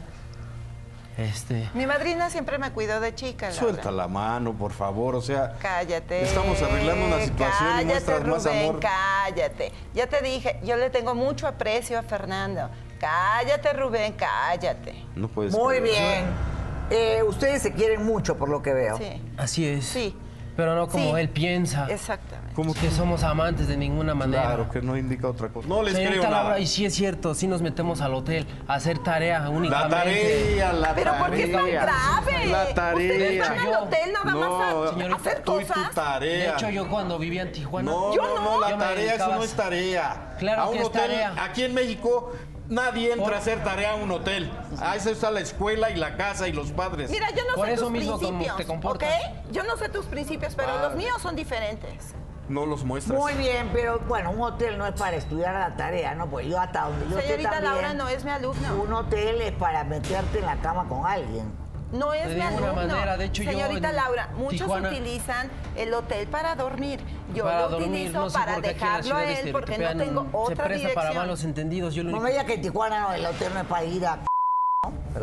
S12: Este,
S11: Mi madrina siempre me cuidó de chica. Laura.
S8: Suelta la mano, por favor, o sea.
S11: Cállate.
S8: Estamos arreglando una situación y
S11: cállate,
S8: muestras
S11: Rubén,
S8: más amor.
S11: Cállate. Ya te dije, yo le tengo mucho aprecio a Fernando. Cállate, Rubén, cállate.
S8: No puedes.
S2: Muy
S8: creer.
S2: bien. Eh, ustedes se quieren mucho, por lo que veo.
S11: Sí,
S12: así es.
S11: Sí.
S12: Pero no como
S11: Sí.
S12: él piensa.
S11: exactamente.
S12: Como que somos amantes de ninguna manera.
S8: Claro que no indica otra cosa. No les creo
S12: Señorita
S8: nada.
S12: Laura, y sí es cierto, sí nos metemos al hotel a hacer tarea
S8: La
S12: únicamente.
S8: tarea, la
S11: Pero
S8: tarea.
S11: ¿por qué es tan grave?
S8: La
S11: Ustedes
S8: tarea.
S11: van al hotel nada más a- a,
S12: señorita,
S11: hacer
S8: tú y tu
S11: cosas.
S12: De
S8: tarea.
S12: hecho, yo cuando vivía en Tijuana.
S8: No,
S11: Yo
S8: no,
S11: no.
S8: no,
S12: Yo
S8: la
S12: me
S8: tarea eso
S12: dedicaba
S8: no
S12: a-
S8: es tarea.
S12: Claro
S8: a un
S12: que es
S8: hotel,
S12: tarea.
S8: Aquí en México nadie entra
S12: Por-
S8: a hacer tarea a un hotel. A eso está la escuela y la casa y los padres.
S11: Mira, yo no
S12: Por
S11: sé
S12: eso
S11: tus
S12: mismo como
S11: principios,
S12: te comportas.
S11: ¿ok? Yo no sé tus principios, pero los míos son diferentes.
S8: No los muestras.
S2: Muy bien, pero bueno, un hotel no es para estudiar la tarea, ¿no? Pues yo hasta donde yo esté
S11: Señorita
S2: también,
S11: Laura no es mi alumno.
S2: Un hotel es para meterte en la cama con alguien.
S11: No es
S12: De
S11: mi
S12: ninguna
S11: alumno.
S12: manera, de hecho, yo
S11: Señorita
S12: en
S11: Laura, muchos
S12: Tijuana-
S11: utilizan el hotel para dormir. Yo
S12: para
S11: lo
S12: dormir,
S11: utilizo
S12: no sé
S11: para
S12: por qué aquí en la
S11: dejarlo
S12: ciudad
S11: a
S12: de
S11: él porque no
S12: Estereotipean
S11: tengo
S12: se presta
S11: otra
S12: para
S11: dirección.
S12: malos entendidos. Yo lo
S2: No
S12: único
S2: me digas que en Tijuana no, el hotel no es para ir a...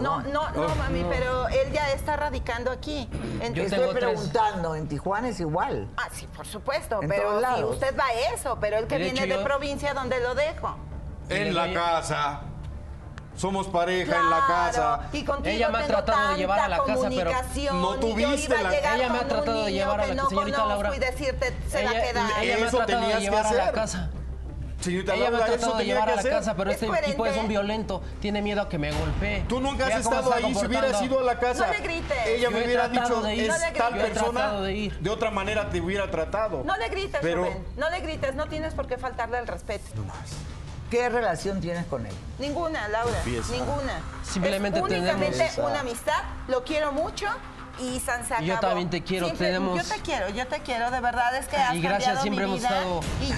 S11: No, no, no, mami, pero él ya está radicando aquí.
S12: Yo
S11: Entonces,
S12: tengo
S2: Estoy
S12: tres.
S2: preguntando, en Tijuana es igual.
S11: Ah, sí, por supuesto,
S2: En
S11: pero
S2: todos
S11: si
S2: lados.
S11: usted va a eso, pero el que
S12: De hecho,
S11: viene de
S12: yo-
S11: provincia, ¿dónde lo dejo?
S8: En la casa. Somos pareja en la
S11: Claro,
S8: casa.
S11: Y contigo
S12: Ella me ha
S11: tengo
S12: tratado de llevar a la
S11: tanta
S12: casa, pero
S11: comunicación,
S8: no
S11: y
S8: tuviste
S11: yo iba
S8: la-
S11: a llegar
S12: Ella me ha
S11: con
S12: tratado
S11: un
S12: de
S11: niño
S12: llevar a
S11: que
S12: la-
S11: no
S12: señorita
S11: conozco
S12: Laura.
S11: y decirte, se la
S12: Ella-
S11: queda.
S12: ella me
S8: Eso
S12: ha tratado
S8: tenías
S12: de
S8: que
S12: llevar a la
S8: hacer.
S12: casa.
S8: Señorita
S12: Ella me ha
S8: Laura, eso
S12: tratado de
S8: tenía
S12: llevar
S8: que
S12: a la
S8: hacer.
S12: casa, pero
S8: Es
S12: este
S8: coherente,
S12: tipo es
S8: ¿eh?
S12: un violento. Tiene miedo a que me golpee.
S8: Tú nunca has
S12: Vea cómo
S8: estado
S12: está
S8: ahí. Si
S12: comportando.
S8: hubieras ido a la casa, ella
S12: Yo
S8: me
S12: he
S8: hubiera
S12: tratado
S8: dicho,
S12: de ir.
S8: es
S12: Yo he
S8: tal
S12: tratado
S8: persona,
S12: de ir.
S8: de, otra manera te hubiera tratado.
S11: No le grites,
S8: Pero-
S11: Rubén. No le grites, no tienes por qué faltarle el respeto.
S2: ¿Qué relación tienes con él?
S11: Ninguna, Laura.
S2: Empieza.
S11: Ninguna.
S12: Simplemente
S11: es únicamente
S12: tenemos-
S11: una amistad. Lo quiero mucho y San se
S12: Y yo
S11: acabó.
S12: también te quiero, tenemos-
S11: Yo te quiero, yo te quiero. De verdad es que has
S12: Y gracias,
S11: cambiado
S12: siempre
S11: mi
S12: hemos
S11: vida.
S12: estado-
S11: Y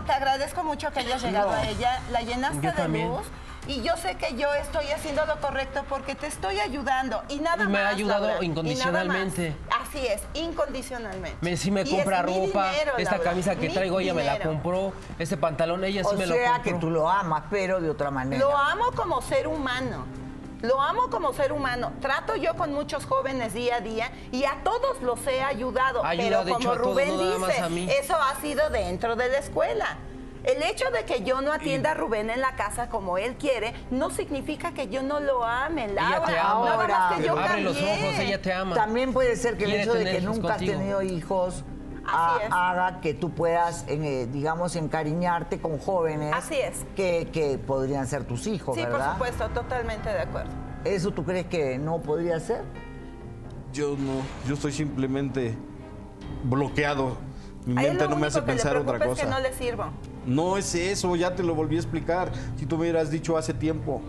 S11: yo te agradezco mucho que hayas llegado
S12: No.
S11: a ella. La llenaste
S12: Yo
S11: de
S12: también.
S11: luz. Y yo sé que yo estoy haciendo lo correcto porque te estoy ayudando. Y nada
S12: Y
S11: más.
S12: me ha ayudado
S11: Laura, y nada más.
S12: incondicionalmente.
S11: Así es, incondicionalmente.
S12: Me, sí me
S11: Y
S12: compra
S11: es mi
S12: ropa,
S11: dinero,
S12: esta
S11: Laura,
S12: camisa que
S11: mi
S12: traigo ella me la
S11: dinero.
S12: compró, este pantalón ella sí
S2: o
S12: me
S2: sea
S12: lo
S2: que
S12: compró.
S2: tú lo amas, pero de otra manera.
S11: Lo amo como ser humano. Lo amo como ser humano. Trato yo con muchos jóvenes día a día y a todos los he ayudado.
S12: Ha
S11: pero
S12: ayudado, de
S11: como
S12: hecho, a todos,
S11: Rubén
S12: no nada más
S11: dice,
S12: a mí.
S11: eso ha sido dentro de la escuela. El hecho de que yo no atienda a Rubén en la casa como él quiere no significa que yo no lo ame, Laura.
S12: Ella te ama.
S11: Nada más que yo
S12: Abre los
S11: cambié.
S12: ojos, ella te ama.
S2: También puede ser que el
S12: Quiere
S2: hecho de
S12: tener
S2: que
S12: hijos
S2: nunca has
S12: contigo.
S2: tenido hijos ha- haga que tú puedas, eh, digamos, encariñarte con jóvenes
S11: Así es.
S2: que, que podrían ser tus hijos,
S11: Sí, por
S2: ¿verdad?
S11: supuesto, totalmente de acuerdo.
S2: ¿Eso tú crees que no podría ser?
S8: Yo no, yo estoy simplemente bloqueado. Mi
S11: A él
S8: mente
S11: lo
S8: no me hace
S11: único que le
S8: pensar otra
S11: preocupa Es que no
S8: cosa.
S11: le sirvo.
S8: No es eso, ya te lo volví a explicar. Si tú me hubieras dicho hace tiempo,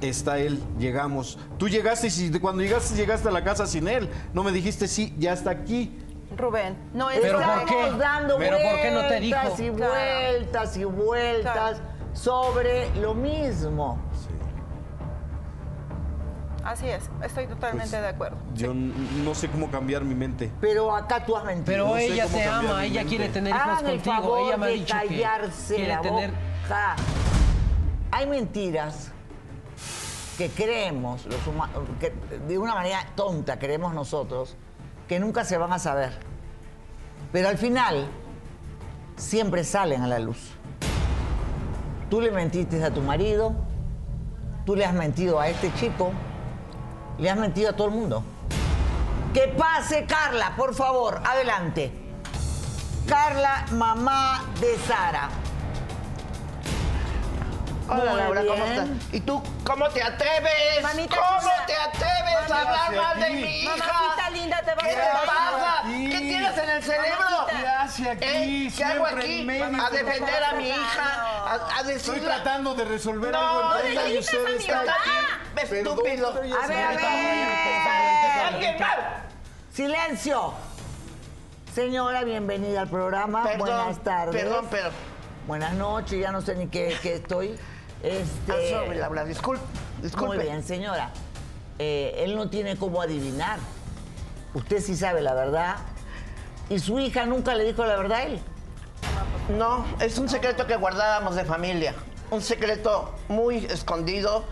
S8: está él, llegamos. Tú llegaste y si- cuando llegaste, llegaste a la casa sin él. No me dijiste, sí, ya está aquí.
S11: Rubén, no es
S8: Pero
S11: la-
S8: ¿por qué?
S2: dando
S8: Pero ¿por qué no te
S2: vueltas
S8: dijo?
S2: y
S8: Claro.
S2: vueltas y vueltas sobre lo mismo.
S11: Así es, estoy totalmente
S8: Pues,
S11: de acuerdo.
S8: Yo n- no sé cómo cambiar mi mente.
S2: Pero acá tú has mentido.
S12: Pero
S8: No sé
S12: ella
S8: cómo
S12: te
S8: cambiar
S12: ama,
S8: mi
S12: ella
S8: mente.
S12: quiere tener hijos
S2: Hagan el
S12: contigo.
S2: favor
S12: ella me ha
S2: de
S12: dicho
S2: callarse
S12: que quiere
S2: la
S12: tener
S2: boca. Hay mentiras que creemos los humanos, de una manera tonta creemos nosotros, que nunca se van a saber. Pero al final siempre salen a la luz. Tú le mentiste a tu marido, tú le has mentido a este chico, le has mentido a todo el mundo. Que pase Carla, por favor, adelante. Carla, mamá de Sara.
S13: Hola
S2: Muy
S13: Laura, ¿cómo
S2: bien.
S13: estás? ¿Y tú cómo te atreves?
S2: Mamita
S13: ¿Cómo
S2: chula.
S13: te atreves a
S2: Mamita
S13: hablar mal de
S2: aquí.
S13: mi hija?
S11: Mamacita linda, te vas
S13: ¿Qué
S11: a
S13: te
S11: llevar.
S13: pasa?
S11: Aquí.
S13: ¿Qué tienes en el cerebro?
S11: Mamacita. ¿Qué hace aquí?
S13: ¿Eh? ¿Qué hago
S11: Siempre
S13: aquí?
S11: en medio
S13: A
S11: de
S13: defender a mi
S11: cosas.
S13: hija, a, a decirle...
S8: Estoy tratando de resolver
S13: No,
S8: algo
S13: no
S8: entre
S13: le
S8: ella y
S13: grites a mi
S8: ustedes.
S13: mamá. Estúpido. Ah, A ver, a ver.
S2: ¿Alguien más? Silencio. Señora, bienvenida al programa.
S13: Perdón,
S2: Buenas tardes.
S13: perdón, pero-
S2: Buenas noches, ya no sé ni qué, qué estoy. Este...
S11: eh,
S13: I'm sorry, Laura, disculpe. disculpe.
S2: Muy bien, señora. Eh, él no tiene cómo adivinar. Usted sí sabe la verdad. ¿Y su hija nunca le dijo la verdad a él?
S13: No, es un secreto que guardábamos de familia. Un secreto muy escondido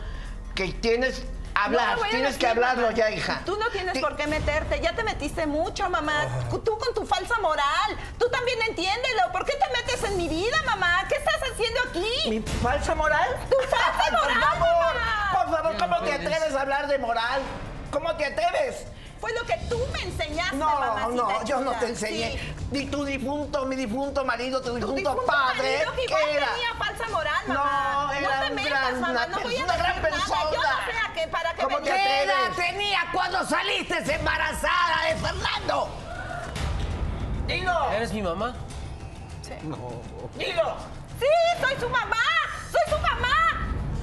S13: que tienes...
S11: No
S13: Hablar,
S11: lo voy a
S13: tienes
S11: decir,
S13: que hablarlo
S11: mamá.
S13: ya, hija.
S11: Tú no tienes por qué meterte, ya te metiste mucho, mamá.
S13: Ah.
S11: Tú con tu falsa moral. Tú también entiéndelo. ¿Por qué te metes en mi vida, mamá? ¿Qué estás haciendo aquí? ¿Mi
S13: falsa moral?
S11: ¡Tu
S13: *laughs*
S11: falsa moral, mamá!
S13: Por favor, ¿cómo te atreves a hablar de moral? ¿Cómo te atreves?
S11: Fue lo que tú me enseñaste,
S13: No,
S11: mamacita
S13: no, yo no
S11: chula.
S13: te enseñé.
S11: Sí.
S13: Ni tu difunto, mi difunto marido, tu difunto,
S11: difunto
S13: padre.
S11: marido que igual
S13: era.
S11: tenía falsa moral, mamá.
S13: No,
S11: No
S13: era
S11: te
S13: un
S11: metas,
S13: gran-
S11: mamá,
S13: una
S11: no voy a
S13: pers- una gran
S11: decir nada,
S13: persona.
S11: yo no sé a qué- para qué
S13: ¿Cómo te
S11: venía.
S13: atreves?
S11: ¿Qué edad
S2: tenía cuando saliste embarazada de Fernando?
S13: Dilo,
S12: ¿Eres mi mamá?
S13: dilo.
S11: Sí, soy su mamá, soy su mamá.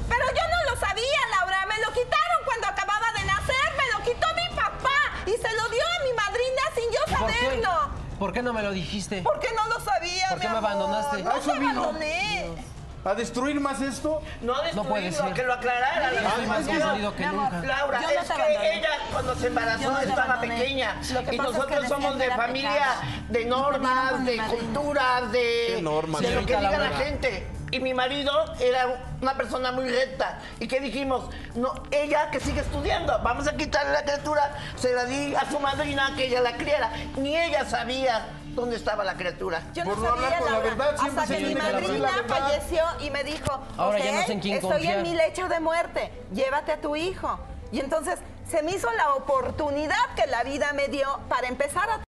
S11: Pero yo no lo sabía, Laura. Me lo quitaron cuando acababa de nacer. Me lo quitó mi papá y se lo dio a mi madrina sin yo
S12: ¿Por qué?
S11: saberlo.
S12: ¿Por qué no me lo dijiste?
S11: ¿Por qué no lo sabía,
S12: ¿Por qué
S11: mi
S12: me
S11: amor?
S12: abandonaste?
S11: No
S12: A eso
S11: te
S12: vino.
S11: abandoné.
S8: ¿A destruir más esto?
S13: No
S12: No puede
S13: destruirlo,
S12: ser.
S13: que lo aclarara.
S12: Yo
S13: la
S12: estoy más
S13: discusión.
S12: confundido que Mi amor, nunca.
S13: Laura,
S12: yo no
S13: es
S12: te
S13: que
S12: abandoné.
S13: ella cuando se
S12: Yo
S13: embarazó
S12: no te
S13: estaba
S12: abandoné. Lo que
S13: pequeña. Y
S12: pasa es que
S13: nosotros
S12: recién
S13: somos de
S12: era
S13: familia,
S12: pecado.
S13: de normas, de culturas, de,
S8: ¿Qué normas?
S13: de lo que
S8: Señorita
S13: diga la
S8: Laura.
S13: gente. Y mi marido era una persona muy recta. ¿Y qué dijimos? No, ella que sigue estudiando, vamos a quitarle la criatura, se la di a su madrina que ella la criara. Ni ella sabía dónde estaba la criatura.
S11: Yo no sabía, Laura, hasta que mi madrina falleció y me dijo,
S13: Ahora
S11: "Ok,
S13: ya no sé en quién
S11: estoy
S13: confiar".
S11: en mi lecho de muerte, llévate a tu hijo. Y entonces se me hizo la oportunidad que la vida me dio para empezar a